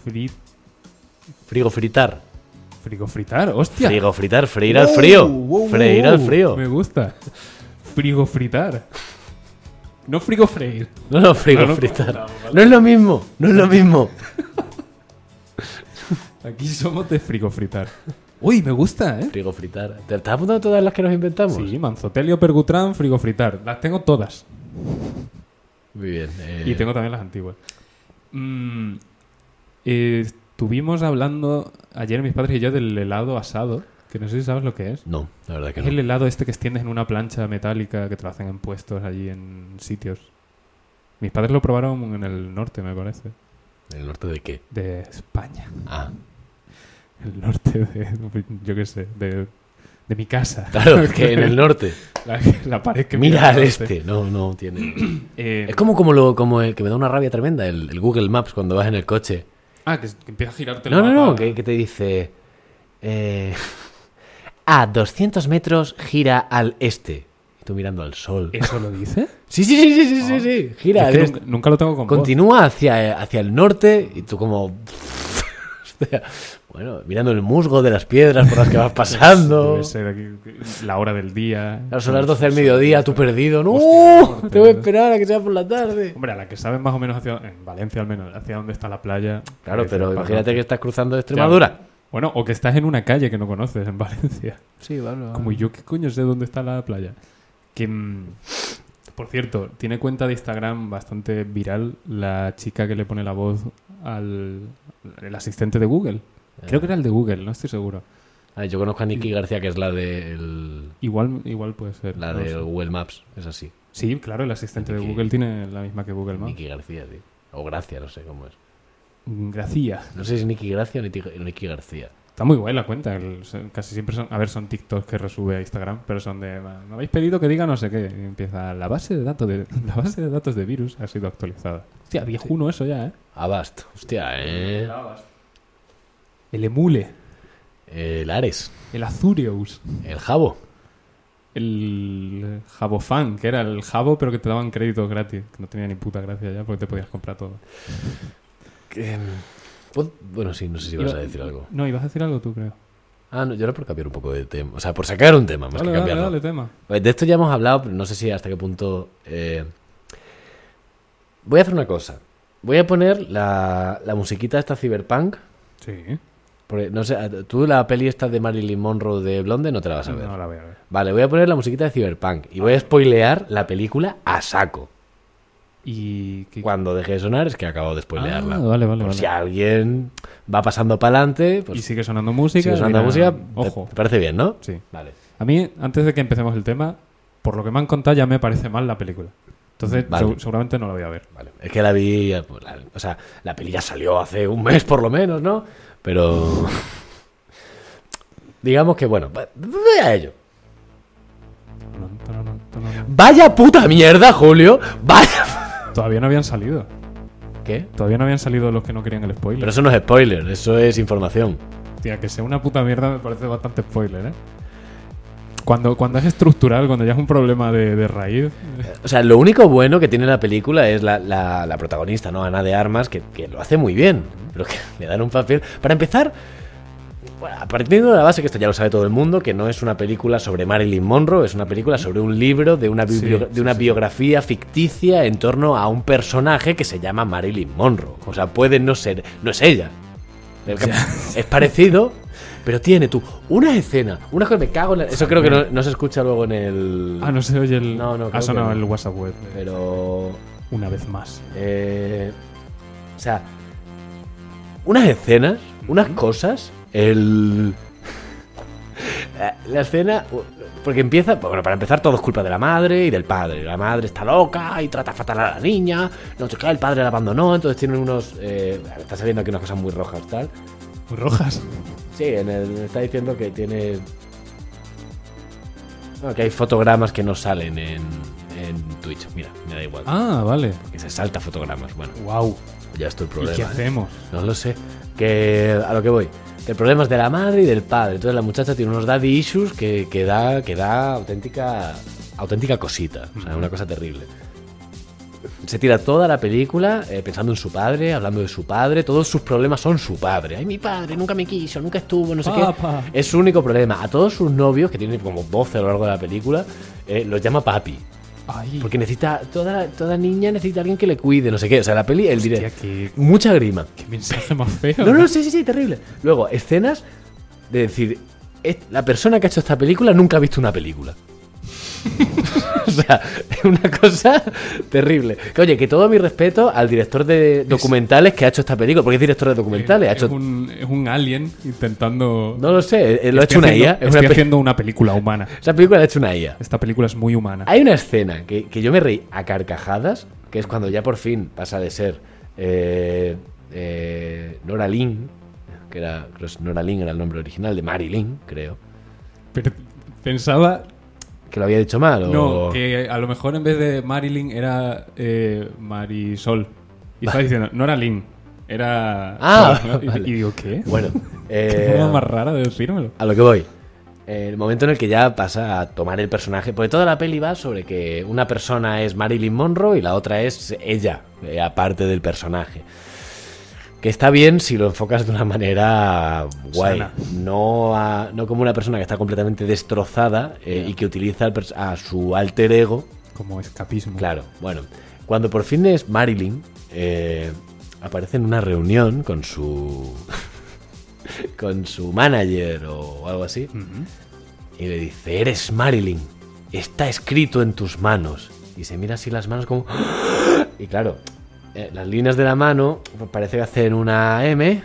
S2: Frit.
S1: Frigo fritar.
S2: Frigo fritar, hostia.
S1: Frigo fritar, freír al frío. Freír al frío.
S2: Me gusta. Frigo fritar. No frigo freír.
S1: No, no, frigo
S2: Ah, No, no,
S1: fritar.
S2: no, vale.
S1: No es lo mismo, no es lo
S2: (laughs)
S1: mismo.
S2: Aquí (laughs) somos de frigo fritar. Uy, me gusta, ¿eh?
S1: Frigo fritar. ¿Te estás apuntando todas las que nos inventamos?
S2: Sí, Manzotelio, Pergutrán, frigo fritar. Las tengo todas.
S1: Muy bien. eh,
S2: Y tengo también las antiguas. Mm, eh, estuvimos hablando ayer mis padres y yo del helado asado, que no sé si sabes lo que es.
S1: No, la verdad que
S2: Es
S1: no.
S2: el helado este que extiendes en una plancha metálica que te lo hacen en puestos allí en sitios. Mis padres lo probaron en el norte, me parece.
S1: ¿El norte de qué?
S2: De España.
S1: Ah, (laughs)
S2: El norte de. Yo qué sé. De, de mi casa. (laughs)
S1: Claro, que en el norte.
S2: La, (laughs) la pared que
S1: Mira al
S2: norte.
S1: este. No, no
S2: (clears throat)
S1: tiene.
S2: Eh,
S1: Es como, como, lo, como el que me da una rabia tremenda, el, el Google Maps cuando vas en el coche.
S2: Ah, que, que empieza a girarte el
S1: No, no,
S2: mapa.
S1: no, que, que te dice. eh, (laughs) a 200 metros gira al este. Y Tú mirando al sol.
S2: ¿Eso lo (laughs) dice?
S1: Sí, sí, sí, sí, sí, sí, sí, Gira
S2: Eh,
S1: al
S2: Es que
S1: este.
S2: nunca, nunca lo tengo con voz.
S1: Continúa hacia, hacia el norte y tú como... (laughs) Hostia, bueno, mirando el musgo de las piedras por las
S2: (laughs)
S1: que vas pasando.
S2: Debe ser aquí, la hora del día.
S1: Ahora son las 12 del mediodía, tú perdido. ¡No!
S2: Hostia, qué
S1: te voy a
S2: fuerte.
S1: esperar a que sea por la tarde.
S2: Hombre, a la que sabes más o menos hacia... En Valencia al menos, hacia dónde está la playa.
S1: Claro,
S2: Dices,
S1: pero
S2: "Para
S1: imagínate que
S2: dónde".
S1: estás cruzando Extremadura.
S2: Bueno, o que estás en una calle que no conoces en Valencia.
S1: Sí, vale.
S2: Como yo, ¿qué coño sé dónde está la playa? Que, mm, por cierto, tiene cuenta de Instagram bastante viral la chica que le pone la voz al el asistente de Google. Creo que
S1: Ah.
S2: era el de Google, no estoy seguro.
S1: Eh, yo conozco a Nikki García, que es la de, el-
S2: Igual, igual puede ser.
S1: la
S2: no lo
S1: de
S2: sé.
S1: Google Maps. Es así.
S2: Sí, claro, el asistente de
S1: Niki.
S2: Google tiene la misma que Google Maps.
S1: Nikki García, tío. O Gracia, no sé cómo es.
S2: Gracia.
S1: No sé si es Nikki Gracia o Niti- Nikki García.
S2: Está muy guay la cuenta. el- son- casi siempre son. A ver, son TikToks que resube a Instagram, pero son de. Me habéis pedido que diga no sé qué. Y empieza. La base de datos de, (laughs) la base de, datos de virus ha sido actualizada. Hostia, viejuno eso ya, ¿eh?
S1: Abast. Hostia, eh.
S2: El Emule.
S1: El Ares.
S2: El Azureus.
S1: Eh, El Jabo.
S2: El Jabofan, que era el Jabo, pero que te daban créditos gratis. Que no tenía ni puta gracia ya porque te podías comprar todo.
S1: Pod- Bueno, sí, no sé si
S2: Iba-
S1: vas a decir algo.
S2: No, ibas a decir algo tú, creo.
S1: Ah, no, yo era por cambiar un poco de tema. O sea, por sacar un tema, más
S2: Dale,
S1: que
S2: dale,
S1: cambiarlo.
S2: dale, tema.
S1: Pues De esto ya hemos hablado, pero no sé si hasta qué punto. eh, Voy a hacer una cosa. Voy a poner la, la musiquita esta Cyberpunk.
S2: Sí.
S1: Porque, no sé, a- tú la peli esta de Marilyn Monroe de Blonde no te la vas a ver.
S2: No la voy a ver.
S1: Vale, voy a poner la musiquita de Cyberpunk y voy a spoilear la película a saco.
S2: Y. ¿qué-
S1: Cuando deje de sonar es que acabo de
S2: Ah,
S1: spoilearla.
S2: vale, vale,
S1: Por
S2: vale.
S1: si alguien va pasando para adelante,
S2: y
S1: pues
S2: sigue sonando música.
S1: sigue sonando
S2: dirá,
S1: música.
S2: Ojo.
S1: Te, te parece bien, no?
S2: Sí.
S1: Vale.
S2: A mí, antes de que empecemos el tema, por lo que me han contado ya me parece mal la película. Entonces,
S1: Vale.
S2: seg- seguramente no la voy a ver.
S1: Vale. Es que la vi, eh, pues, la- o sea, la peli ya salió hace un mes por lo menos, ¿no? Pero... (laughs) Digamos que, bueno, va- voy a ello. Vaya puta mierda, Julio. Vaya...
S2: Todavía no habían salido.
S1: ¿Qué?
S2: Todavía no habían salido los que no querían el spoiler.
S1: Pero eso no es spoiler, eso es información.
S2: Tía, que sea una puta mierda me parece bastante spoiler, ¿eh? Cuando, cuando es estructural, cuando ya es un problema de, de raíz.
S1: O sea, lo único bueno que tiene la película es la, la- la protagonista, ¿no? Ana de Armas, que, que lo hace muy bien, pero que (laughs) le dan un papel. Para empezar, bueno, partiendo de la base que esto ya lo sabe todo el mundo, que no es una película sobre Marilyn Monroe, es una película sobre un libro de una, bibli-
S2: Sí,
S1: de una
S2: sí, sí.
S1: biografía ficticia en torno a un personaje que se llama Marilyn Monroe. O sea, puede no ser, no es ella. El que- Es parecido, pero tiene tú una escena, una cosa me cago en la- Eso creo que no, no se escucha luego en el...
S2: Ah, no se oye el.
S1: No, no, creo
S2: ha sonado
S1: que no. Eh.
S2: el WhatsApp web.
S1: Pero
S2: Una vez más.
S1: Eh, o sea, unas escenas, unas cosas. El. (laughs) La- La escena. Porque empieza. Bueno, para empezar, todo es culpa de la madre y del padre. La madre está loca y trata fatal a la niña. No sé qué, el padre la abandonó. Entonces tienen unos. eh, está saliendo aquí unas cosas muy rojas, tal.
S2: Rojas.
S1: Sí, en el, está diciendo que tiene. No, que hay fotogramas que no salen en, en Twitch. Mira, me da igual.
S2: Ah, vale.
S1: Que se salta fotogramas. Bueno,
S2: Wow.
S1: ya estoy el
S2: ¿Y
S1: problema.
S2: qué
S1: ¿eh?
S2: hacemos?
S1: No lo sé. Que a lo que voy. El problema es de la madre y del padre. Entonces la muchacha tiene unos daddy issues que, que da, que da auténtica, auténtica cosita. O sea, una cosa terrible. Se tira toda la película eh, pensando en su padre, hablando de su padre. Todos sus problemas son su padre. Ay, mi padre nunca me quiso, nunca estuvo, no sé
S2: Papá.
S1: qué. Es su único problema. A todos sus novios, que tienen como 12 a lo largo de la película, eh, los llama papi.
S2: Ay.
S1: Porque necesita, toda, toda niña necesita alguien que le cuide, no sé qué. O sea, la peli, el
S2: Hostia,
S1: directo.
S2: qué,
S1: Mucha grima.
S2: qué mensaje más feo. Eh,
S1: No, no, sí, sí, sí, terrible. Luego, escenas de decir, "Es- la persona que ha hecho esta película nunca ha visto una película. (laughs) o sea, es una cosa terrible. Que, oye, que todo mi respeto al director de documentales que ha hecho esta película, porque es director de documentales, ha
S2: Es,
S1: hecho...
S2: un, es un alien intentando.
S1: No lo sé, eh, lo ha
S2: Estoy
S1: hecho una
S2: haciendo-
S1: IA. es
S2: estoy
S1: una pe-
S2: haciendo una película humana.
S1: Esa película la ha hecho una IA.
S2: Esta película es muy humana.
S1: Hay una escena que, que yo me reí a carcajadas, que es cuando ya por fin pasa de ser eh, eh, Nora Lynn, que era, creo que es Nora Lynn era el nombre original, de Marilyn, creo.
S2: Pero Pensaba
S1: ¿Que lo había dicho mal? O...
S2: No, que a lo mejor en vez de Marilyn era eh, Marisol.
S1: (laughs)
S2: Y estaba diciendo, no era Lynn, era.
S1: Ah,
S2: Sol, ¿no? y,
S1: vale.
S2: y digo, ¿qué? (laughs)
S1: Bueno,
S2: Qué
S1: eh,
S2: forma más rara de decírmelo.
S1: a lo que voy. El momento en el que ya pasa a tomar el personaje. Porque toda la peli va sobre que una persona es Marilyn Monroe y la otra es ella, eh, aparte del personaje. Que está bien si lo enfocas de una manera guay.
S2: Sana.
S1: No, a- no como una persona que está completamente destrozada eh, y que utiliza al pers- a su alter ego
S2: Como escapismo.
S1: Claro, bueno. Cuando por fin es Marilyn, eh, aparece en una reunión con su. (laughs) con su manager o algo así.
S2: Ujú.
S1: Y le dice: Eres Marilyn, está escrito en tus manos. Y se mira así las manos como. (gasps) Y claro, eh, las líneas de la mano pues, parece que hacen una M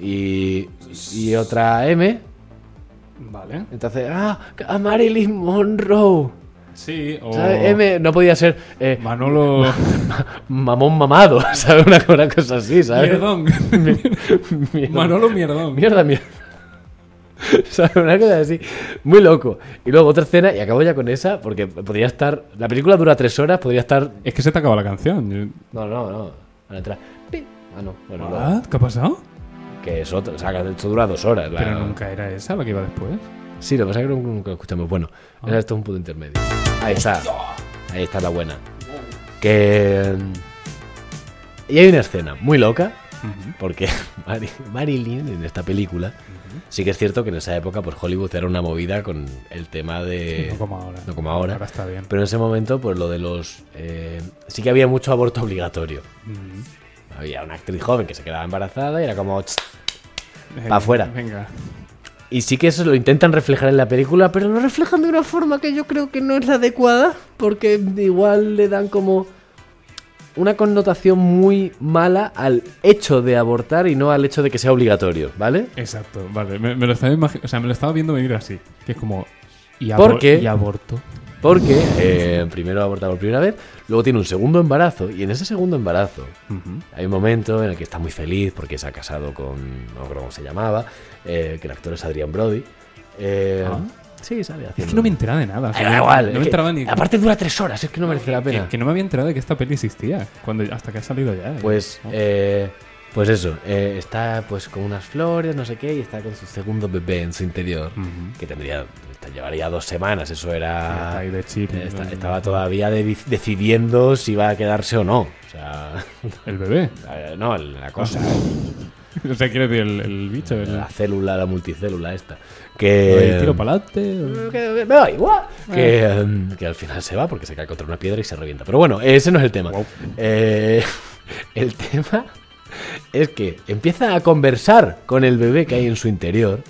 S1: y, y otra M.
S2: Vale.
S1: Entonces, ¡ah! ¡A Marilyn Monroe!
S2: Sí, o.
S1: ¿Sabes? M no podía ser. eh,
S2: Manolo.
S1: (laughs) mamón mamado, (laughs) ¿sabes? Una, una cosa así, ¿sabes? (laughs)
S2: Mierdón.
S1: Mierda.
S2: Manolo Mierdón.
S1: Mierda, mierda. (laughs) ¿Sabes? Una cosa así. Muy loco. Y luego otra escena, y acabo ya con esa, porque podría estar. La película dura tres horas, podría estar.
S2: Es que se te acaba la canción.
S1: No, no, no. Van a entrar. Pi. Ah, no. Bueno, no.
S2: ¿What? ¿Qué ha pasado?
S1: Que es otra. O sea, que esto dura dos horas. la-
S2: Pero nunca era esa la que iba después.
S1: Sí, lo que pasa es que nunca, nunca escuchamos. Bueno, ahora esto es un punto intermedio. Ahí está. Ahí está la buena. Que. mm, Y hay una escena muy loca. Porque (laughs) Mari- Marilyn en esta película, sí que es cierto que en esa época pues Hollywood era una movida con el tema de...
S2: no como ahora.
S1: no como ahora.
S2: Ahora está bien.
S1: Pero en ese momento pues lo de los... eh, sí que había mucho aborto obligatorio.
S2: Ujú.
S1: Había una actriz joven que se quedaba embarazada y era como... "Tss".
S2: Eh,
S1: Pa' afuera.
S2: Venga.
S1: Y sí que eso lo intentan reflejar en la película, pero lo reflejan de una forma que yo creo que no es la adecuada, porque igual le dan como una connotación muy mala al hecho de abortar y no al hecho de que sea obligatorio, ¿vale?
S2: Exacto, vale. Me, me lo estaba imagi- o sea, me lo estaba viendo venir así. Que es como. Y,
S1: ¿Por
S2: abor-
S1: qué?
S2: y aborto.
S1: Porque eh, primero aborta por primera vez, luego tiene un segundo embarazo, y en ese segundo embarazo
S2: Ujú.
S1: hay un momento en el que está muy feliz porque se ha casado con, no creo cómo se llamaba, eh, que el actor es Adrián Brody. Eh,
S2: Ah.
S1: Sí, sabe haciendo.
S2: Es que no me enteraba de nada. o
S1: Ay,
S2: sea,
S1: da
S2: no-
S1: igual,
S2: No
S1: es
S2: me
S1: que-
S2: enteraba ni.
S1: Aparte dura tres horas, es que no merece la
S2: que,
S1: pena.
S2: que no me había enterado de que esta peli existía. Cuando, hasta que ha salido ya. eh.
S1: Pues,
S2: Ah.
S1: eh, pues eso, eh, está pues con unas flores, no sé qué, y está con su segundo bebé en su interior,
S2: Ujú.
S1: que tendría, te llevaría dos semanas, eso
S2: Sí, está
S1: era...
S2: ahí de chip.
S1: eh, esta-
S2: ¿no?
S1: estaba todavía de- decidiendo si iba a quedarse o no. O sea, (laughs)
S2: El bebé. (laughs)
S1: eh, no, la cosa,
S2: o sea, quiero decir, el, el bicho. El,
S1: la célula, la multicélula esta.
S2: el
S1: Que...
S2: tiro para adelante.
S1: que- que- me da igual. Que,
S2: Eh.
S1: em, que al final se va porque se cae contra una piedra y se revienta. Pero bueno, ese no es el tema.
S2: Wow.
S1: Eh, (laughs) el tema es que empieza a conversar con el bebé que hay en su interior.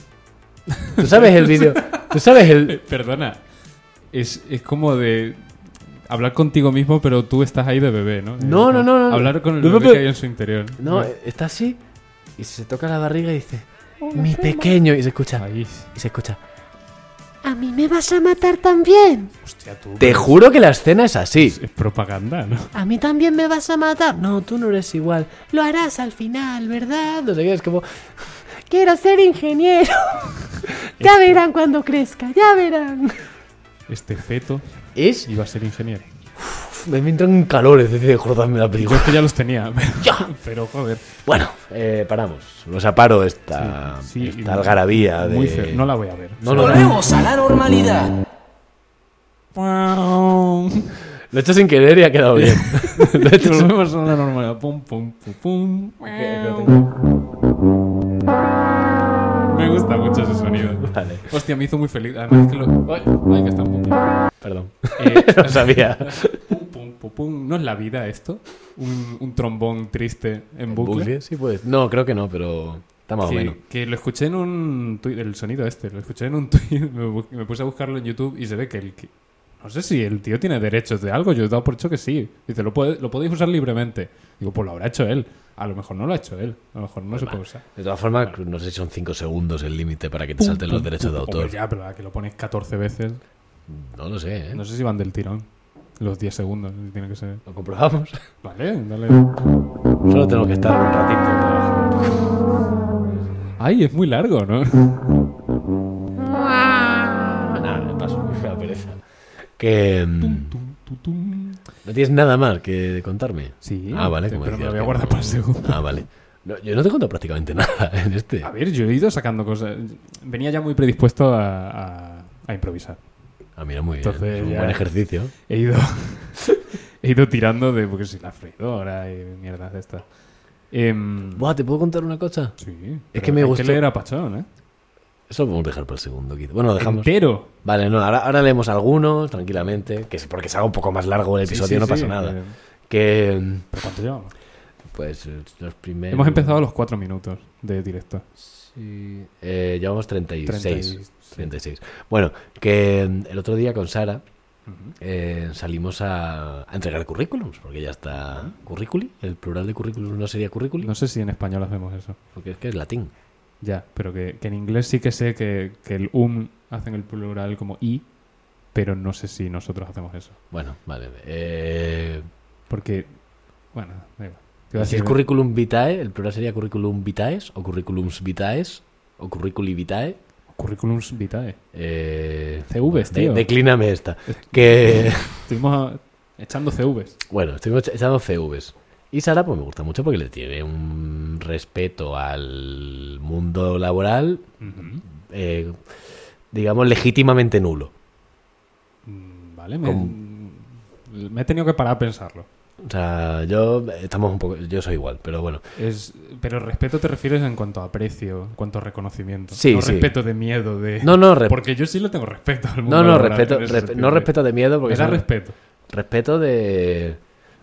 S1: ¿Tú sabes el vídeo? ¿Tú sabes el...?
S2: Eh, Perdona. Es, es como de. Hablar contigo mismo, pero tú estás ahí de bebé, ¿no?
S1: No,
S2: Eh,
S1: no, no, no.
S2: Hablar con el
S1: No,
S2: bebé
S1: pero-
S2: que hay en su interior.
S1: No, eh, está así y se toca la barriga y dice... Mi pequeño. Y se escucha...
S2: Ahí.
S1: Y se escucha...
S3: ¿A mí me vas a matar también?
S2: Hostia, tú.
S1: Te juro que la escena es así.
S2: Es propaganda, ¿no?
S3: ¿A mí también me vas a matar?
S1: No, tú no eres igual. Lo harás al final, ¿verdad? No sé qué, es como...
S3: Quiero ser ingeniero. ya verán cuando crezca, ya verán.
S2: Este feto
S1: Es
S2: iba a ser ingeniero.
S1: Me me entran calores desde acordarme de la
S2: Yo
S1: película.
S2: es que este ya los tenía. (laughs) Pero, pero, joder.
S1: Bueno, eh, paramos. Nos aparo esta,
S2: Sí,
S1: esta algarabía de...
S2: Muy feo. No la voy a ver. (laughs)
S1: No, no, no.
S4: Volvemos a la normalidad.
S1: Lo he hecho sin querer y ha quedado
S2: (laughs)
S1: bien. (laughs) Lo he hecho sin-
S2: Volvemos a la normalidad. Pum, pum, pum, pum. Me gusta mucho ese sonido.
S1: Vale,
S2: Hostia, me hizo muy feliz. Además es que lo... Ay, ay, que está pum, pum.
S1: perdón. (laughs)
S2: Eh,
S1: No sabía.
S2: pum, pum, pum, pum. ¿No es la vida esto? Un, un trombón triste en bucle.
S1: ¿Bucle? Sí, pues. No, creo que no, pero está más o menos.
S2: Que, que lo escuché en un tuit, el sonido este, lo escuché en un (laughs) tuit, me, bu- me puse a buscarlo en YouTube y se ve que el... que- no sé si el tío tiene derechos de algo, yo he dado por hecho que sí. Dice, lo, puede- lo podéis usar libremente. Digo, pues lo habrá hecho él. A lo mejor no lo ha hecho él, a lo mejor no se puede usar.
S1: De todas formas, no sé si son 5 segundos el límite para que te salten los derechos de
S2: Hombre,
S1: autor.
S2: ya, pero a que lo pones 14 veces,
S1: No lo sé, ¿eh?
S2: no sé si van del tirón. Los 10 segundos, tiene que ser...
S1: Lo comprobamos. (laughs)
S2: Vale, dale.
S1: Solo tengo que estar un ratito. (laughs)
S2: Ay, es muy largo, ¿no?
S1: Nada, Que
S2: Tum,
S1: mm,
S2: tum, tu, tum.
S1: no tienes nada más que contarme.
S2: Sí.
S1: Ah, vale, como
S2: Pero me
S1: decías
S2: lo voy a
S1: que
S2: guardar
S1: no.
S2: para el segundo.
S1: Ah, vale. No, yo no te cuento prácticamente (laughs) nada en este.
S2: A ver, yo he ido sacando cosas. Venía ya muy predispuesto a, a- a improvisar.
S1: Ah, mira, muy bien.
S2: Entonces
S1: Es un
S2: ya-
S1: buen ejercicio.
S2: He ido, (laughs) he ido tirando de, porque si la freidora y mierdas de estas. Em,
S1: Buah, ¿te puedo contar una cosa?
S2: sí.
S1: es
S2: pero
S1: que me
S2: hay
S1: gustó-
S2: leer a Pachón, ¿eh?
S1: Eso lo podemos dejar para el segundo. quizá. Bueno, lo dejamos.
S2: Entero.
S1: Vale, no, ahora, ahora leemos algunos, tranquilamente. Que es porque se haga un poco más largo el
S2: Sí,
S1: episodio,
S2: sí,
S1: no
S2: sí,
S1: pasa nada.
S2: eh,
S1: Que. mm,
S2: ¿Pero cuánto llevamos?
S1: Pues eh, los primeros.
S2: Hemos empezado a los cuatro minutos de directo.
S1: Sí. Eh, llevamos 36.
S2: Treinta y-
S1: 36. Bueno, que mm, el otro día con Sara
S2: Ujú.
S1: eh, salimos a, a entregar currículums, porque ya está currículi. El plural de currículum no sería currículi,
S2: No sé si en español hacemos eso.
S1: porque es que es latín.
S2: Ya, pero que, que en inglés sí que sé que, que el um hacen el plural como i, pero no sé si nosotros hacemos eso.
S1: Bueno, vale. eh,
S2: Porque, bueno, da igual. Te iba a
S1: si
S2: decir-
S1: es currículum vitae, el plural sería currículum vitae o currículums vitae o currículi vitae.
S2: Curriculums vitae.
S1: Eh,
S2: CVs,
S1: de-
S2: tío.
S1: declíname esta. Que. (laughs)
S2: Eh, Estuvimos a- echando CVs.
S1: Bueno, estuvimos echa- echando CVs. Y Sara, pues me gusta mucho porque le tiene un respeto al mundo laboral, eh, digamos, legítimamente nulo.
S2: Mm, Vale, me, me he tenido que parar a pensarlo.
S1: O sea, yo estamos un poco. Yo soy igual, pero bueno.
S2: Es, pero respeto te refieres en cuanto a precio, en cuanto a reconocimiento.
S1: Sí,
S2: no
S1: sí.
S2: respeto de miedo, de...
S1: No, no, re-
S2: Porque yo sí lo tengo respeto al mundo
S1: no, no,
S2: laboral,
S1: respeto,
S2: en ese
S1: respe-
S2: sentido
S1: no
S2: de-
S1: respeto de miedo, porque
S2: Me da
S1: son- (laughs)
S2: respeto.
S1: respeto de,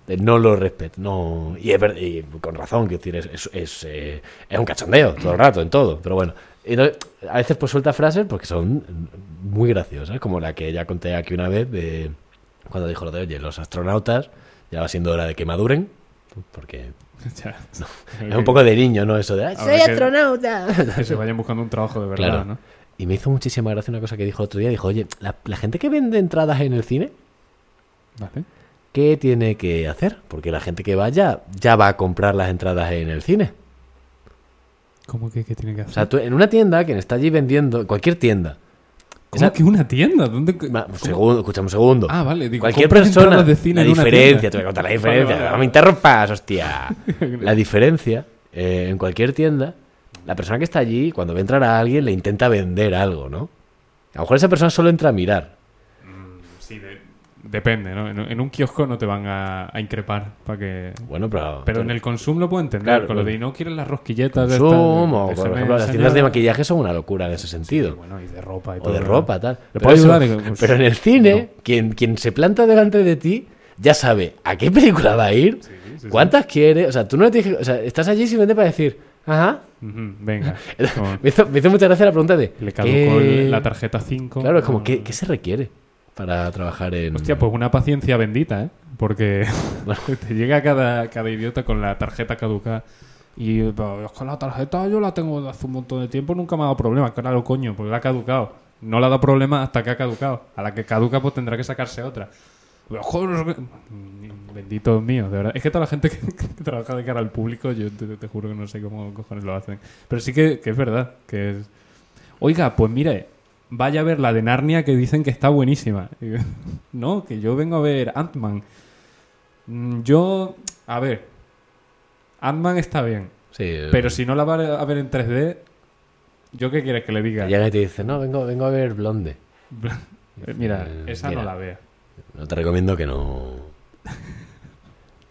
S1: de no lo respeto. No, y, es ver- y con razón, que decir, es, es, es, eh, es un cachondeo todo el rato, en todo. Pero bueno, Y no- a veces pues suelta frases porque son muy graciosas, como la que ya conté aquí una vez de cuando dijo lo de, oye, los astronautas ya va siendo hora de que maduren. Porque
S2: Ya.
S1: es un poco de niño, ¿no? Eso de... "Ay,
S3: Soy
S2: Habrá que-
S3: astronauta.
S2: Que se vayan buscando un trabajo de verdad,
S1: Claro.
S2: ¿no?
S1: Y me hizo muchísima gracia una cosa que dijo el otro día. Dijo, oye, la, la gente que vende entradas en el cine,
S2: Vale.
S1: ¿qué tiene que hacer? Porque la gente que vaya ya va a comprar las entradas en el cine.
S2: ¿Cómo que, que tiene que hacer?
S1: O sea, tú, en una tienda, quien está allí vendiendo, cualquier tienda,
S2: ¿Cómo
S1: esa-
S2: que una tienda? ¿Dónde...
S1: ma-
S2: ¿Cómo?
S1: segundo, escuchame un segundo.
S2: Ah, vale. Digo,
S1: cualquier
S2: compras
S1: persona,
S2: entradas de cine
S1: la
S2: en una
S1: diferencia, te
S2: tienda.
S1: voy a contar la diferencia,
S2: Vale, vale,
S1: no me interrumpas, hostia.
S2: (laughs)
S1: la diferencia, eh, en cualquier tienda, la persona que está allí, cuando ve entrar a alguien, le intenta vender algo, ¿no? A lo mejor esa persona solo entra a mirar.
S2: Sí, de- depende, ¿no? En, en un kiosco no te van a, a increpar para que...
S1: Bueno, pero...
S2: Pero en el consumo lo puedo entender,
S1: Claro,
S2: con lo
S1: bueno.
S2: de no quieren las rosquilletas de
S1: Zoom,
S2: estas,
S1: o,
S2: déjame
S1: por ejemplo, las
S2: enseñar".
S1: tiendas de maquillaje son una locura en ese
S2: Sí,
S1: sentido.
S2: bueno, y de ropa y
S1: o
S2: todo,
S1: de
S2: ¿no?
S1: ropa, tal.
S2: Pero
S1: Pero,
S2: eso
S1: eso-
S2: vale que- pues,
S1: pero en el cine, quien, quien se planta delante de ti ya sabe a qué película va a ir,
S2: sí,
S1: cuántas quiere. O sea, tú no le tienes que- O sea, estás allí simplemente para decir, ajá.
S2: Ujú,
S1: (laughs)
S2: venga. Como-
S1: Me hizo, me hizo mucha gracia la pregunta de.
S2: le caducó
S1: ¿qué-
S2: el- la tarjeta 5.
S1: Claro, es como,
S2: Ah.
S1: ¿qué, qué se requiere para trabajar en.
S2: Hostia, pues una paciencia bendita, ¿eh? Porque te llega cada, cada idiota con la tarjeta caduca. Y pues, es que la tarjeta yo la tengo de hace un montón de tiempo, nunca me ha dado problema. Claro, coño, porque la ha caducado. No le ha dado problema hasta que ha caducado. A la que caduca, pues tendrá que sacarse otra. Pero, joder, mm, Bendito mío, de verdad. Es que toda la gente que, (laughs) que trabaja de cara al público, yo te, te juro que no sé cómo cojones lo hacen. Pero sí que, que es verdad, que es... Oiga, pues mire, vaya a ver la de Narnia que dicen que está buenísima. Y yo, (laughs) no, que yo vengo a ver Ant-Man. Mm, Yo, a ver, Ant-Man está bien,
S1: Sí,
S2: pero si no la va a ver en 3D, ¿yo qué quieres que le diga?
S1: Llega y te dice, no, vengo, vengo a ver Blonde.
S2: Eh, Mira,
S1: Eh,
S2: esa
S1: mira.
S2: no la vea.
S1: No te recomiendo que
S2: (laughs)
S1: no.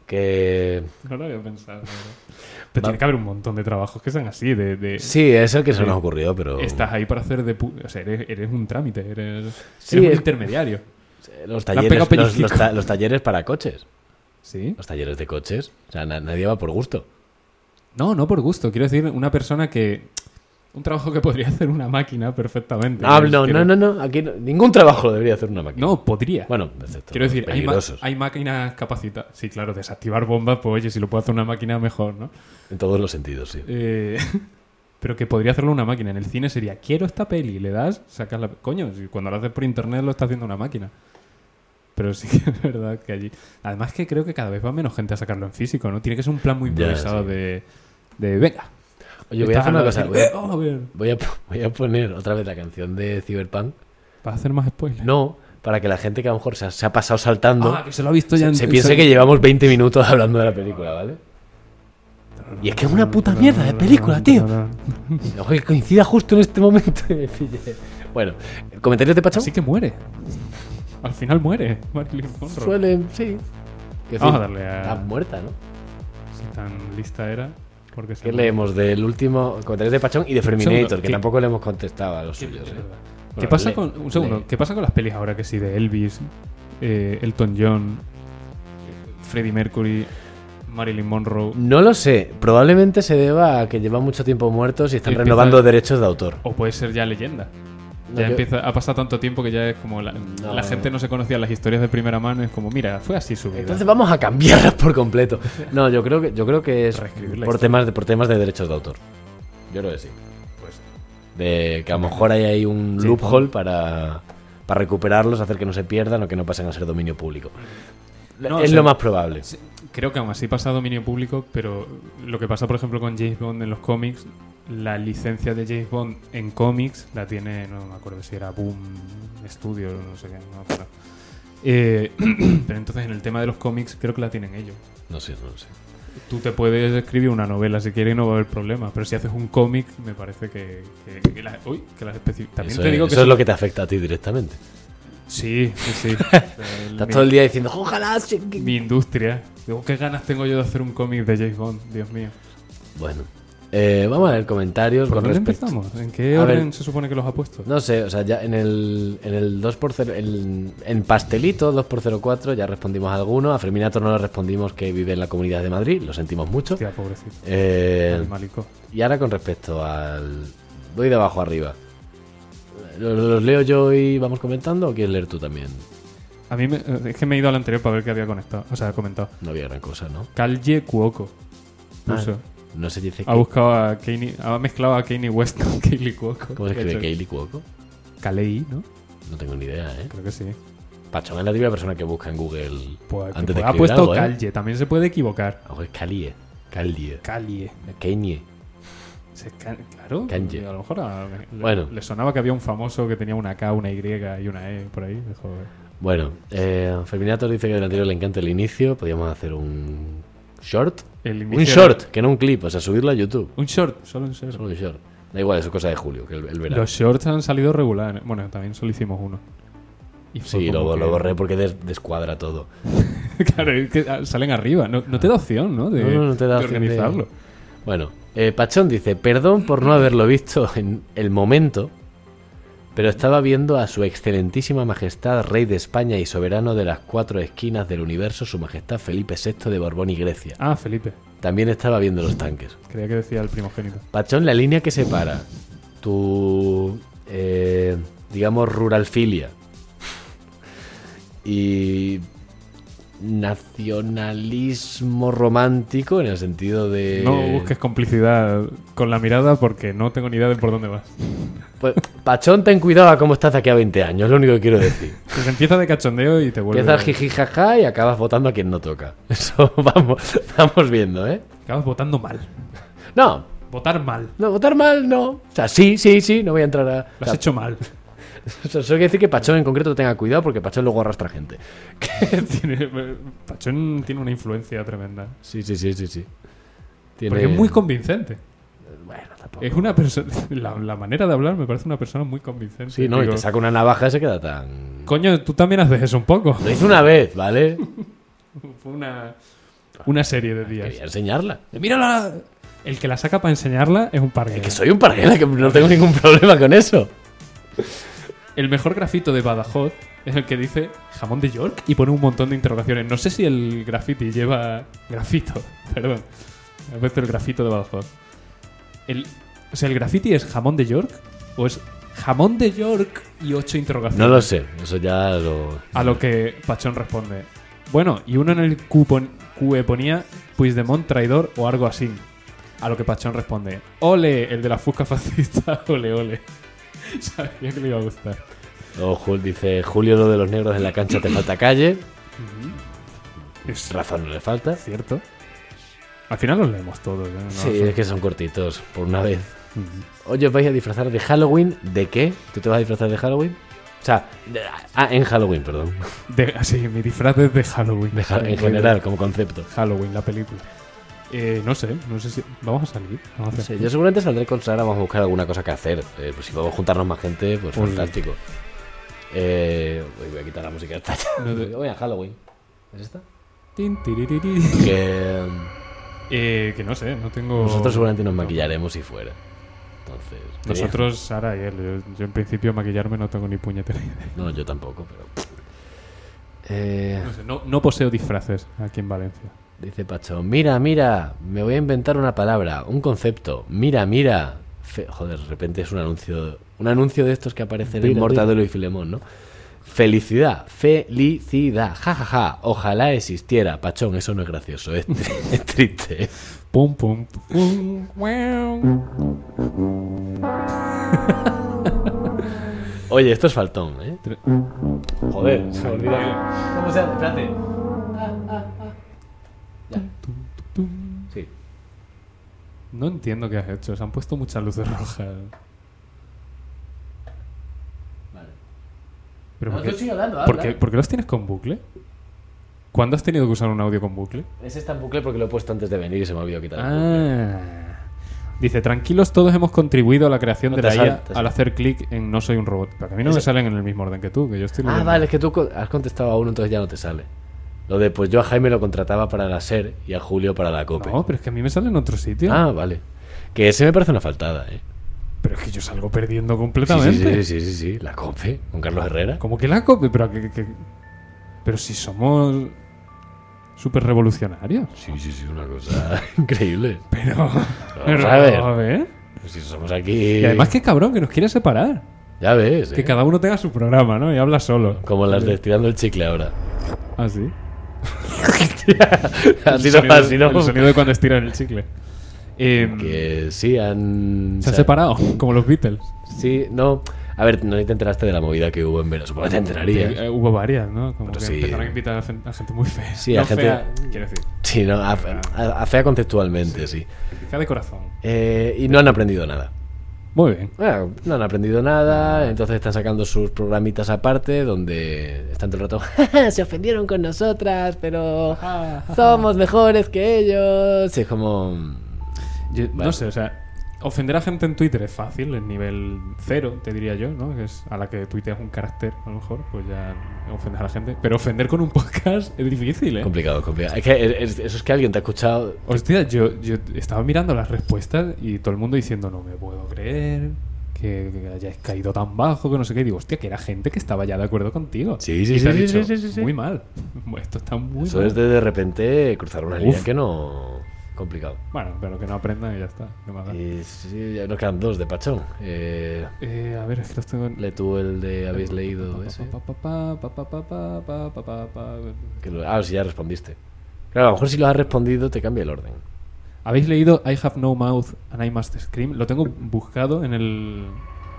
S1: que.
S2: No lo había pensado. la verdad.
S1: (laughs)
S2: Pero tiene que haber un montón de trabajos que sean así, de... de-
S1: Sí, es el que se
S2: Sí.
S1: nos ocurrió, pero.
S2: Estás ahí para hacer de... pu- O sea, eres, eres un trámite, eres,
S1: Sí,
S2: eres un
S1: es-
S2: intermediario.
S1: Los
S2: han
S1: talleres,
S2: pegado
S1: los, los
S2: pellizco.
S1: ta- los talleres para coches.
S2: ¿Sí?
S1: Los talleres de coches. O sea, na- nadie va por gusto.
S2: No, no por gusto. Quiero decir, una persona que... Un trabajo que podría (laughs) hacer una máquina perfectamente.
S1: No, Ah, no,
S2: Quiero-
S1: no, no, no, Aquí no- ningún trabajo lo debería hacer una máquina.
S2: No, podría.
S1: Bueno, excepto
S2: Quiero
S1: los
S2: decir, hay, ma-
S1: peligrosos.
S2: hay máquinas capacitadas. Sí, claro, desactivar bombas, pues oye, si lo puede hacer una máquina, mejor, ¿no?
S1: En todos los sentidos, sí.
S2: Eh, (laughs) pero que podría hacerlo una máquina. En el cine sería, quiero esta peli, le das, sacas la... Coño, si cuando lo haces por internet lo está haciendo una máquina. Pero sí que (laughs) es verdad que allí... Además que creo que cada vez va menos gente a sacarlo en físico, ¿no? Tiene que ser un plan muy
S1: Ya,
S2: improvisado
S1: sí.
S2: de... De, venga.
S1: Oye, voy a hacer
S2: estás
S1: una
S2: hablando
S1: cosa.
S2: así,
S1: Voy
S2: "Eh,
S1: a, (laughs)
S2: vamos a ver".
S1: voy a- voy a poner otra vez la canción de Cyberpunk.
S2: ¿Vas a hacer más spoilers?
S1: No, para que la gente que a lo mejor se ha, se ha pasado saltando
S2: Ah, que se lo ha visto ya
S1: se,
S2: en-
S1: se piense
S2: se-
S1: que llevamos 20 minutos hablando de la película, ¿vale? Y es que es una puta mierda de película, tío. Ojo, que coincida justo en este momento y me pille. Bueno, ¿comentarios de Pachau?
S2: Así que muere. Al final muere Marilyn Monroe.
S1: Suelen, sí. Que, en
S2: Vamos
S1: fin,
S2: a darle a-
S1: Está muerta, ¿no?
S2: Si tan lista era. Porque se
S1: ¿Qué
S2: muere.
S1: leemos del último comentario de Pachón y de Ferminator?
S2: Segundo,
S1: Que
S2: ¿qué-
S1: tampoco le hemos contestado a los
S2: Sí,
S1: suyos.
S2: es
S1: ¿eh?
S2: verdad. ¿Qué
S1: Bueno,
S2: pasa
S1: le-
S2: con. Un segundo.
S1: le-
S2: ¿Qué pasa con las pelis ahora que sí? De Elvis, eh, Elton John, Freddie Mercury, Marilyn Monroe.
S1: No lo sé. Probablemente se deba a que llevan mucho tiempo muertos y están
S2: Empieza-
S1: renovando derechos de autor.
S2: O puede ser ya leyenda.
S1: No,
S2: Ya
S1: yo-
S2: empieza, ha pasado tanto tiempo que ya es como la, la gente no se conocía las historias de primera mano. Es como, mira, fue así su vida.
S1: Entonces vamos a cambiarlas por completo. No, yo creo que, yo creo que es
S2: Reescribir la
S1: por
S2: historia.
S1: temas, de, por temas de derechos de autor. Yo creo que sí. De que a lo mejor hay ahí un
S2: Pues- Sí.
S1: loophole para, para recuperarlos, hacer que no se pierdan o que no pasen a ser dominio público.
S2: No,
S1: es
S2: o sea,
S1: lo más probable.
S2: Sí, Creo que aún así pasa a dominio público, pero lo que pasa, por ejemplo, con James Bond en los cómics, la licencia de James Bond en cómics la tiene, no me acuerdo si era Boom Studio, no sé qué, no me acuerdo. Eh, (clears throat) pero entonces en el tema de los cómics creo que la tienen ellos.
S1: No sé, no sé.
S2: Tú te puedes escribir una novela si quieres y no va a haber problema, pero si haces un cómic me parece que, que- que las- uy, que las especi- También
S1: Eso,
S2: te
S1: es-
S2: digo que
S1: eso es
S2: son-
S1: lo que te afecta a ti directamente.
S2: Sí, sí,
S1: (laughs)
S2: sí. El-
S1: Estás
S2: mi-
S1: todo el día diciendo, ojalá. se- que-".
S2: mi industria. Digo, ¿qué ganas tengo yo de hacer un cómic de James Bond? Dios mío.
S1: Bueno, eh, vamos a ver comentarios
S2: ¿Por
S1: con
S2: dónde
S1: respecto.
S2: empezamos? ¿En qué
S1: A
S2: orden
S1: ver.
S2: se supone que los ha puesto?
S1: No sé, o sea, ya en el, en el 2x0, en, en pastelito 2x04 ya respondimos a alguno. A Ferminator no le respondimos que vive en la comunidad de Madrid, lo sentimos mucho.
S2: Hostia, pobrecito.
S1: Eh,
S2: Animalico.
S1: y ahora con respecto al... Voy de abajo arriba. ¿Los, los leo yo y vamos comentando o quieres leer tú también?
S2: A mí me- eh, es que me he ido al anterior para ver qué había conectado, o sea, comentado.
S1: No había gran cosa, ¿no?
S2: Calle Cuoco.
S1: Ah,
S2: Puso.
S1: No se dice...
S2: Ha
S1: que-
S2: buscado a Kanye, ha mezclado a Kanye West con (laughs) Kaylee Cuoco.
S1: ¿Cómo se
S2: Y ha
S1: escribe
S2: hecho-
S1: Kaylee Cuoco?
S2: Kalei, ¿no?
S1: No tengo ni idea, ¿eh?
S2: Creo que sí.
S1: Pachón es la típica persona que busca en Google
S2: Pues, que
S1: antes de
S2: pueda- ha
S1: escribir
S2: puesto
S1: algo, ¿eh?
S2: Calle, también se puede equivocar.
S1: A lo mejor es Calie. Calie.
S2: Calle.
S1: Kanye.
S2: Se ca- claro.
S1: Kanye.
S2: y A lo mejor a- le,
S1: Bueno.
S2: le sonaba que había un famoso que tenía una K, una Y y una E por ahí. Dijo,
S1: Bueno, eh, Ferminator dice que del anterior le encanta el inicio. Podríamos hacer un short.
S2: el
S1: Un
S2: inicio-
S1: short, que no un clip, o sea, subirlo a YouTube.
S2: Un short, solo un short.
S1: Solo un short. Da igual, eso es cosa de Julio, que el, el verano.
S2: Los shorts han salido regular. Bueno, también solo hicimos uno. Y fue
S1: Sí,
S2: como
S1: lo,
S2: que-
S1: lo borré porque des- descuadra todo.
S2: (laughs) claro, es que ah, salen arriba. No, no te da opción, ¿no? De,
S1: No, no, no te da
S2: de
S1: opción de-
S2: organizarlo.
S1: Bueno, eh, Pachón dice, perdón por no haberlo visto en el momento, pero estaba viendo a su excelentísima majestad, rey de España y soberano de las cuatro esquinas del universo, su majestad Felipe VI de Borbón y Grecia.
S2: Ah, Felipe.
S1: También estaba viendo los tanques.
S2: Creía que decía el primogénito.
S1: Pachón, la línea que separa tu, eh, digamos, ruralfilia y nacionalismo romántico en el sentido de...
S2: No busques complicidad con la mirada porque no tengo ni idea de por dónde vas.
S1: Pues, Pachón, ten cuidado a cómo estás de aquí a 20 años, es lo único que quiero
S2: (laughs)
S1: decir.
S2: Pues empieza de cachondeo y te vuelve.
S1: Empiezas jiji jaja y acabas votando a quien no toca. (laughs) Eso vamos, vamos viendo, ¿eh?
S2: Acabas votando mal.
S1: No,
S2: Votar mal.
S1: no, votar mal no. O sea, sí, sí, sí, no voy a entrar a...
S2: Lo has hecho mal. (laughs)
S1: O sea, (laughs) solo quiero decir que Pachón en concreto tenga cuidado porque Pachón luego arrastra gente.
S2: Tiene- Pachón tiene una influencia tremenda.
S1: Sí, sí, sí, sí, sí. Tiene-
S2: Porque es muy convincente.
S1: Bueno, tampoco.
S2: Es una persona. (laughs) La, la manera de hablar me parece una persona muy convincente.
S1: Sí, no, y
S2: Digo,
S1: te saca una navaja y se queda tan...
S2: Coño, tú también haces eso un poco.
S1: Lo hice una vez,
S2: (laughs)
S1: ¿vale?
S2: Fue una, una serie de
S1: Quería
S2: días.
S1: enseñarla.
S2: ¡Mírala! El que la saca para enseñarla es un parque.
S1: Es que soy un parguela, que no tengo ningún problema con eso.
S2: El mejor grafito de Badajoz es el que dice jamón de York y pone un montón de interrogaciones. No sé si el graffiti lleva. Grafito, (laughs) perdón. Me ha puesto el grafito de Badajoz. El, o sea, ¿el graffiti es jamón de York o es jamón de York y ocho interrogaciones?
S1: No lo sé, eso ya lo...
S2: A lo que Pachón responde: Bueno, y uno en el Q, pon- QE ponía Puigdemont traidor o algo así. A lo que Pachón responde: Ole, el de la fusca fascista, (laughs) ole, ole. Sabía que le iba a gustar.
S1: Luego Jul- dice, Julio lo de los negros en la cancha te falta calle.
S2: Es
S1: Razón no le falta.
S2: cierto. Al final los leemos todos. ¿eh? No,
S1: sí,
S2: son-
S1: es que son cortitos, por una vez.
S2: Ujú.
S1: Hoy os vais a disfrazar de Halloween. ¿De qué? ¿Tú te vas a disfrazar de Halloween? O sea, de- ah, en Halloween, perdón. (laughs)
S2: De- sí, mi disfraz es de Halloween.
S1: De ha- en general, como concepto.
S2: Halloween, la película. Eh, no sé, no sé si. Vamos a salir. Vamos a
S1: No
S2: hacer-
S1: sé, yo seguramente saldré con Sara, vamos a buscar alguna cosa que hacer. Eh, pues si podemos juntarnos más gente, pues
S2: Uy.
S1: fantástico. Eh, uy, voy a quitar la música esta.
S2: No te-
S1: Voy a Halloween. ¿Es esta?
S2: Tin, tiririri.
S1: Que mm,
S2: Eh, que no sé, no tengo.
S1: nosotros seguramente nos
S2: no.
S1: maquillaremos si fuera. Entonces.
S2: Nosotros, Sara y él. Yo, yo en principio maquillarme no tengo ni puñetera idea.
S1: No, yo tampoco, pero. Eh,
S2: No, sé, no, no poseo disfraces aquí en Valencia.
S1: dice Pacho, mira, mira, me voy a inventar una palabra, un concepto. Mira, mira. Fe- Joder, de repente es un anuncio. Un anuncio de estos que aparecen en
S2: Mira,
S1: Mortadelo y Filemón, ¿no? Felicidad, felicidad, jajaja, ojalá existiera. Pachón, eso no es gracioso, es, (laughs) es triste.
S2: Pum, pum, pum, guau.
S1: Oye, esto es faltón, ¿eh?
S2: Tre- Mm.
S1: Joder, se me olvida. ¿Cómo se hace? Espérate. Ya,
S2: Tum, tum, tum.
S1: sí.
S2: No entiendo qué has hecho. Se han puesto muchas luces rojas.
S1: Vale.
S2: Pero
S1: No,
S2: ¿por, qué,
S1: tú sigue hablando, habla.
S2: por qué- por qué los tienes con bucle? ¿Cuándo has tenido que usar un audio con bucle?
S1: Ese está en bucle porque lo he puesto antes de venir y se me ha olvidado quitar. el bucle.
S2: Ah. Dice, tranquilos, todos hemos contribuido a la creación
S1: No,
S2: de
S1: te
S2: la
S1: sale,
S2: IA
S1: te sale.
S2: al hacer clic en No soy un robot. Pero que a mí no
S1: Ese-
S2: me salen en el mismo orden que tú, que yo estoy
S1: Ah,
S2: leyendo.
S1: vale, es que tú co- has contestado a uno, entonces ya no te sale. Lo de, pues yo a Jaime lo contrataba para la SER y a Julio para la COPE.
S2: No, pero es que a mí me sale en otro sitio.
S1: ah, vale. Que ese me parece una faltada, ¿eh?
S2: Pero es que yo salgo perdiendo
S1: Sí, sí,
S2: completamente.
S1: sí, sí, sí, sí, la COPE, con Carlos Herrera.
S2: Como que la copia, pero que, que- Pero si somos súper revolucionarios.
S1: Sí, sí, sí, una cosa (laughs) increíble.
S2: (laughs) Pero...
S1: Vamos a ver.
S2: a ver.
S1: Si somos aquí...
S2: Y además qué cabrón que nos quiere separar.
S1: Ya ves, ¿eh?
S2: Que cada uno tenga su programa, ¿no? Y habla solo.
S1: Como las de estirando el chicle ahora. (laughs)
S2: Así.
S1: así
S2: El
S1: no,
S2: sonido-
S1: así no.
S2: El sonido de cuando estiran el chicle. Em,
S1: Que sí, han...
S2: Se han
S1: sa- (laughs)
S2: separado, como los Beatles.
S1: Sí, no... A ver, no te enteraste de la movida que hubo en verano. Supongo que te enterarías.
S2: Eh, hubo varias, ¿no? Como
S1: Pero
S2: que
S1: sí.
S2: empezaron a invitar a gen- a gente muy fea.
S1: Sí,
S2: No
S1: a gente-
S2: fea, quiero decir,
S1: Sí, no, a, a- a fea conceptualmente, sí.
S2: fea de corazón.
S1: Eh, y no han aprendido nada.
S2: Muy bien.
S1: Bueno, no han aprendido nada, entonces están sacando sus programitas aparte donde están todo el rato. (laughs) Se ofendieron con nosotras, pero somos mejores que ellos. Y es como.
S2: Yo-
S1: Vale.
S2: No sé, o sea, ofender a gente en Twitter es fácil, el nivel cero, te diría yo, ¿no? Que es a la que tuiteas un carácter, a lo mejor, pues ya ofendes a la gente. Pero ofender con un podcast es difícil, ¿eh?
S1: Complicado, complicado. Es que es- eso es que alguien te ha escuchado.
S2: Hostia, yo, yo estaba mirando las respuestas y todo el mundo diciendo, no me puedo creer que, que hayáis caído tan bajo, que no sé qué. Y digo, hostia, que era gente que estaba ya de acuerdo contigo.
S1: Sí, sí,
S2: Y te
S1: sí,
S2: ha
S1: sí,
S2: dicho,
S1: sí, sí, sí, sí.
S2: Muy mal. (laughs) Bueno, Esto está muy
S1: Eso
S2: mal.
S1: es de de repente cruzar una línea
S2: Uf.
S1: que no. Complicado.
S2: Bueno, pero que no aprendan y ya está. no más da.
S1: Y sí, ya nos quedan dos de Pachón. Eh,
S2: Eh, a ver, es que los tengo... en-
S1: le tuvo el de habéis leído ese.
S2: Pa, pa, pa, pa, pa, pa, pa, pa, pa, pa, pa.
S1: Que lo- ah, sí, ya respondiste. Claro, a lo mejor si lo has respondido te cambia el orden.
S2: ¿Habéis leído I Have No Mouth and I Must Scream? Lo tengo buscado en el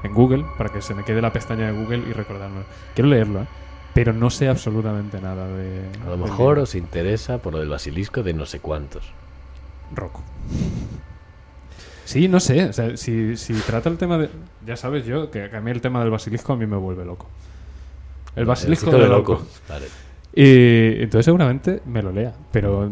S2: en Google para que se me quede la pestaña de Google y recordármelo. Quiero leerlo, ¿eh? pero no sé absolutamente nada de.
S1: A lo
S2: del
S1: mejor
S2: libro.
S1: os interesa por lo del basilisco de no sé cuántos.
S2: Rocco. Sí, no sé. o sea, si, si trata el tema de. Ya sabes yo que a mí el tema del basilisco a mí me vuelve loco. El basilisco
S1: Chico
S2: de loco.
S1: Vale.
S2: Y entonces seguramente me lo lea, pero.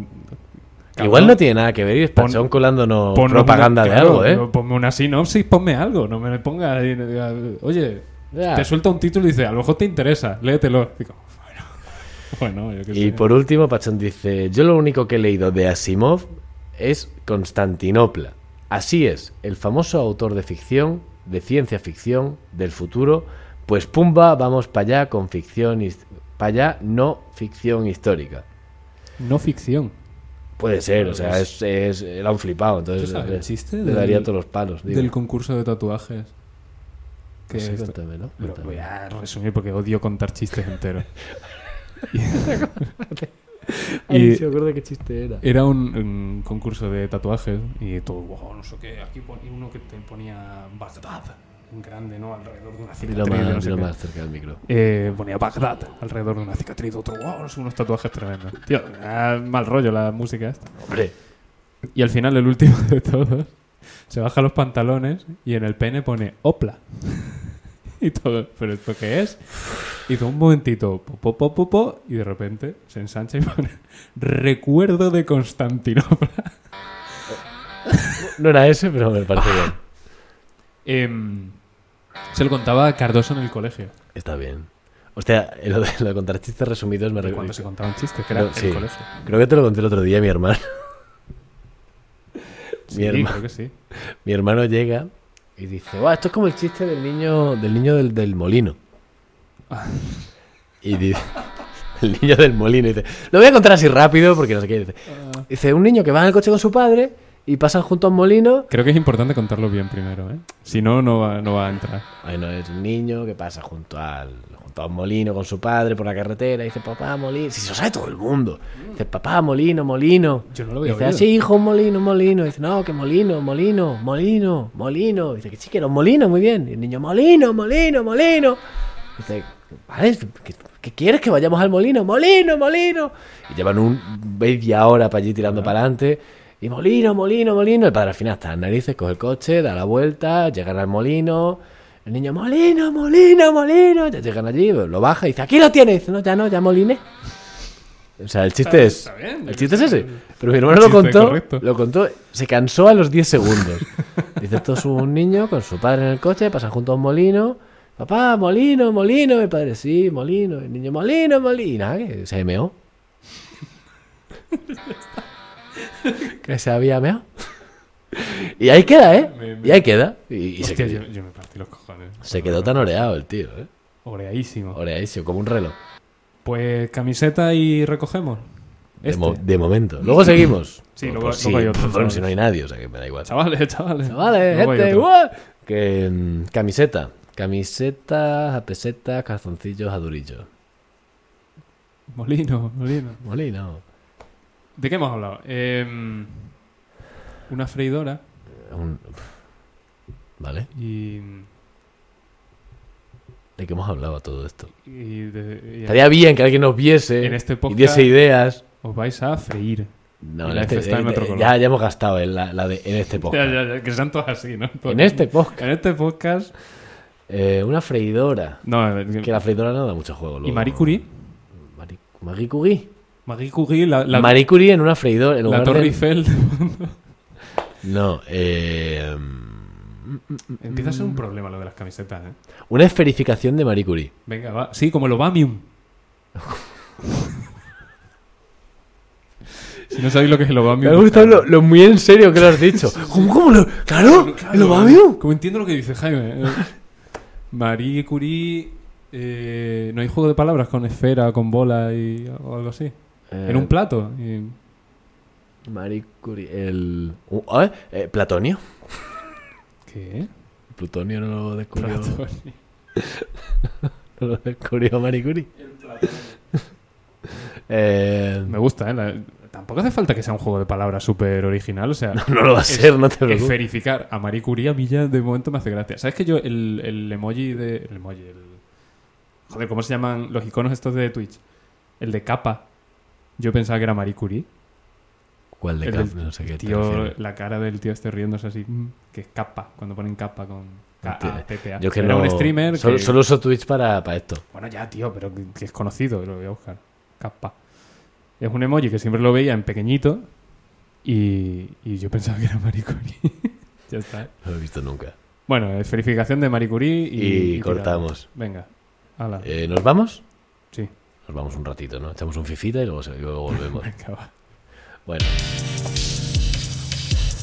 S1: Igual
S2: Cabrón,
S1: no tiene nada que ver y es
S2: Pon-
S1: Pachón colándonos
S2: ponme
S1: propaganda
S2: una-
S1: de
S2: claro,
S1: algo, ¿eh?
S2: no, Ponme una sinopsis, ponme algo. No me ponga. ahí, no diga, Oye,
S1: Ya.
S2: te suelta un título y dice, a lo mejor te interesa, léetelo. Digo, (laughs) bueno, bueno, yo qué sé.
S1: Y por último, Pachón dice: Yo lo único que he leído de Asimov es Constantinopla. Así es, el famoso autor de ficción, de ciencia ficción, del futuro. Pues pumba, vamos para allá con ficción. Para allá, no ficción histórica.
S2: No ficción.
S1: Puede ser, o sea,
S2: Pues-
S1: es, es, era un flipado. Entonces,
S2: ¿Tú sabes
S1: le-
S2: el chiste
S1: le
S2: del-
S1: daría todos los palos. digo. Pues
S2: Del concurso de tatuajes. Que
S1: Sí,
S2: esto-
S1: cuéntamelo,
S2: Lo
S1: cuéntamelo.
S2: voy a resumir porque odio contar chistes
S1: (laughs)
S2: enteros. Y-
S1: Ay, se me acuerda qué chiste era.
S2: Era un, un concurso de tatuajes y todo, wow, no sé qué, aquí ponía uno que te ponía Bagdad, en grande, ¿no? Alrededor de una
S1: Dilo
S2: cicatriz.
S1: más,
S2: de no sé
S1: dilo
S2: qué.
S1: más cerca del micro.
S2: Eh, ponía Bagdad alrededor de una cicatriz, otro, wow, no sé, unos tatuajes tremendos. Tío, ah, mal rollo la música esta.
S1: Hombre,
S2: Y al final, el último (laughs) de todos, se baja los pantalones y en el pene pone Opla. (laughs) y todo, ¿pero esto qué es? Hizo un momentito, po, po, po, po, po, y de repente se ensancha y pone recuerdo de Constantinopla. (laughs)
S1: No era ese, pero me
S2: (laughs)
S1: parece bien.
S2: Em, se lo contaba a Cardoso en el colegio.
S1: Está bien. Hostia, lo de, lo de contar chistes resumidos me
S2: Cuando se
S1: recuerda.
S2: contaban chistes, que era
S1: No,
S2: el
S1: sí.
S2: colegio.
S1: Creo que te lo conté el otro día, mi hermano.
S2: Sí,
S1: Mi herma-
S2: creo que sí.
S1: Mi hermano llega y dice, "Buah, esto es como el chiste del niño del niño del, del
S2: (laughs)
S1: molino. Y dice, (laughs) el niño del molino dice, lo voy a contar así rápido porque no sé qué dice.
S2: Ah.
S1: Dice, un niño que va en el coche con su padre y pasan junto a un molino.
S2: Creo que es importante contarlo bien primero, ¿eh? Si no, no va, no va a entrar.
S1: Ay, no, es un niño que pasa junto al junto a un molino con su padre por la carretera. y Dice, papá, molino. Si se lo sabe todo el mundo. Dice, papá, molino, molino.
S2: Mm. Yo no lo
S1: Dice, "Ah, así, hijo, un molino, un molino. Dice, no, que molino, molino, molino, molino. Dice, que sí, que era un molino, muy bien. Y el niño, molino, molino, molino. Dice, vale, ¿qué, qué quieres que vayamos al molino? Molino, molino. Y llevan un media hora para allí tirando para adelante. Y molino, molino, molino. El padre al final está las narices, coge el coche, da la vuelta, llegan al molino. El niño, molino, molino, molino. Ya llegan allí, lo baja y dice, aquí lo tienes. Dice, no, ya no, ya moliné. O sea, el chiste es.
S2: está bien, yo
S1: el
S2: qué
S1: chiste es
S2: sé.
S1: ese. Pero mi hermano
S2: Un
S1: lo
S2: chiste
S1: contó,
S2: correcto.
S1: lo contó, se cansó a los 10
S2: (laughs)
S1: segundos. Dice, esto es un niño con su padre en el coche, pasan junto a un molino. Papá, molino, molino. Mi padre, sí, molino. El niño, molino, molino. Y nada, que se
S2: (laughs)
S1: meó. que se había meado. y ahí queda, ¿eh?
S2: Me- me-
S1: Y ahí queda. Y, y se,
S2: Hostia,
S1: quedó-
S2: yo, yo me partí los cojones.
S1: se quedó tan oreado el tío, ¿eh?
S2: Oreadísimo.
S1: Oreadísimo, como un reloj.
S2: Pues camiseta y recogemos.
S1: De,
S2: Este.
S1: mo- de momento. Luego seguimos.
S2: Sí,
S1: Por-
S2: luego-
S1: por si-
S2: luego hay otro,
S1: por
S2: chavales.
S1: si no hay nadie, o sea que me da igual.
S2: Chavales,
S1: (laughs)
S2: chavales.
S1: Vale,
S2: Luego hay
S1: gente,
S2: otro.
S1: ¡guau! Que mm, camiseta. Camisetas, a pesetas, calzoncillos, a durillo.
S2: Molino, molino.
S1: Molino.
S2: ¿De qué hemos hablado? Em, una freidora
S1: Un- Vale,
S2: y.
S1: ¿de qué hemos hablado todo esto?
S2: y de- y
S1: Estaría bien que alguien nos viese
S2: En este
S1: y
S2: podcast-
S1: diese ideas.
S2: Os vais a freír.
S1: No,
S2: Y
S1: en
S2: la
S1: este-
S2: F está en
S1: eh,
S2: otro
S1: eh,
S2: color.
S1: ya, ya hemos gastado en la, la de en este
S2: (laughs) Ya,
S1: podcast.
S2: ya, ya, que sean todos así, ¿no?
S1: En este podcast.
S2: En este podcast.
S1: Eh, una freidora.
S2: No, a ver,
S1: Que la freidora no da mucho juego.
S2: ¿Y
S1: luego.
S2: Marie Curie?
S1: Mari- Marie Curie.
S2: Marie Curie, la, la,
S1: Marie Curie en una freidora. En
S2: la
S1: lugar
S2: Torre
S1: de- (laughs)
S2: Eiffel.
S1: No, eh, mm,
S2: Empieza a ser un problema lo de las camisetas, ¿eh?
S1: una esferificación de Marie Curie.
S2: Venga, va. Sí, como el Obamium. si no sabéis lo que es el
S1: Me
S2: Obamium.
S1: ha gustado lo, lo muy en serio que lo has dicho. ¿Cómo, cómo lo- Claro, el Obamium.
S2: Como entiendo lo que dice Jaime. eh. Marie Curie. eh, no hay juego de palabras con esfera, con bola y o algo así. En un plato. y-
S1: Eh, Marie Curie, el. uh, a ver, eh, Platonio.
S2: ¿Qué?
S1: Plutonio no lo descubrió.
S2: Plato.
S1: (laughs) No lo descubrió Marie Curie. (laughs) Eh,
S2: Me gusta, ¿eh? La- Tampoco hace falta que sea un juego de palabras súper original. O sea,
S1: no lo va a
S2: Es-
S1: ser, no te preocupes.
S2: esferificar a Marie Curie a mí ya de momento me hace gracia. ¿Sabes que yo el, el emoji de... El emoji, el... Joder, ¿cómo se llaman los iconos estos de Twitch? El de capa. Yo pensaba que era Marie Curie.
S1: ¿Cuál de
S2: el
S1: Kraft?
S2: del
S1: No sé qué te
S2: Tío,
S1: refieres.
S2: la cara del tío este riéndose así. mm, Que es capa, cuando ponen capa con... K -A -P -P -A.
S1: Yo que
S2: era
S1: no.
S2: un streamer
S1: Solo,
S2: que...
S1: solo uso Twitch para, para esto.
S2: Bueno, ya, tío, pero que, que es conocido, lo voy a buscar. Capa. Es un emoji que siempre lo veía en pequeñito y, y yo pensaba que era Marie Curie. (laughs) ya está.
S1: No lo he visto nunca.
S2: Bueno, eh, verificación de Marie Curie y,
S1: Y,
S2: y
S1: cortamos.
S2: tiramos. Venga. Hala.
S1: Eh, ¿Nos vamos?
S2: Sí.
S1: Nos vamos un ratito, ¿no? Echamos un fifita y luego, se- y luego (laughs) volvemos.
S2: Venga, va.
S1: bueno.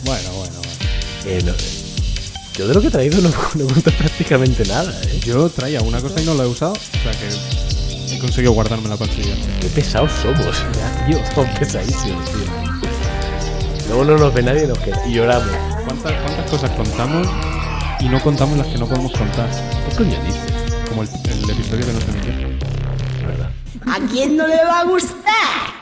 S2: Bueno, bueno, bueno.
S1: Eh, no, eh, yo de lo que he traído no, (laughs) no he contado prácticamente nada, ¿eh?
S2: Yo traía una cosa y no la he usado, o sea que he conseguido guardarme la
S1: Qué pesados somos. (laughs)
S2: Tío,
S1: Somos pesadísimos, tío. Luego no nos ve nadie y, nos queda- y lloramos.
S2: ¿cuántas, cuántas cosas contamos y no contamos las que no podemos contar?
S1: ¿Qué coño dices?
S2: Como el, el episodio que nos emitió.
S1: La verdad.
S4: ¿A quién no le va a gustar?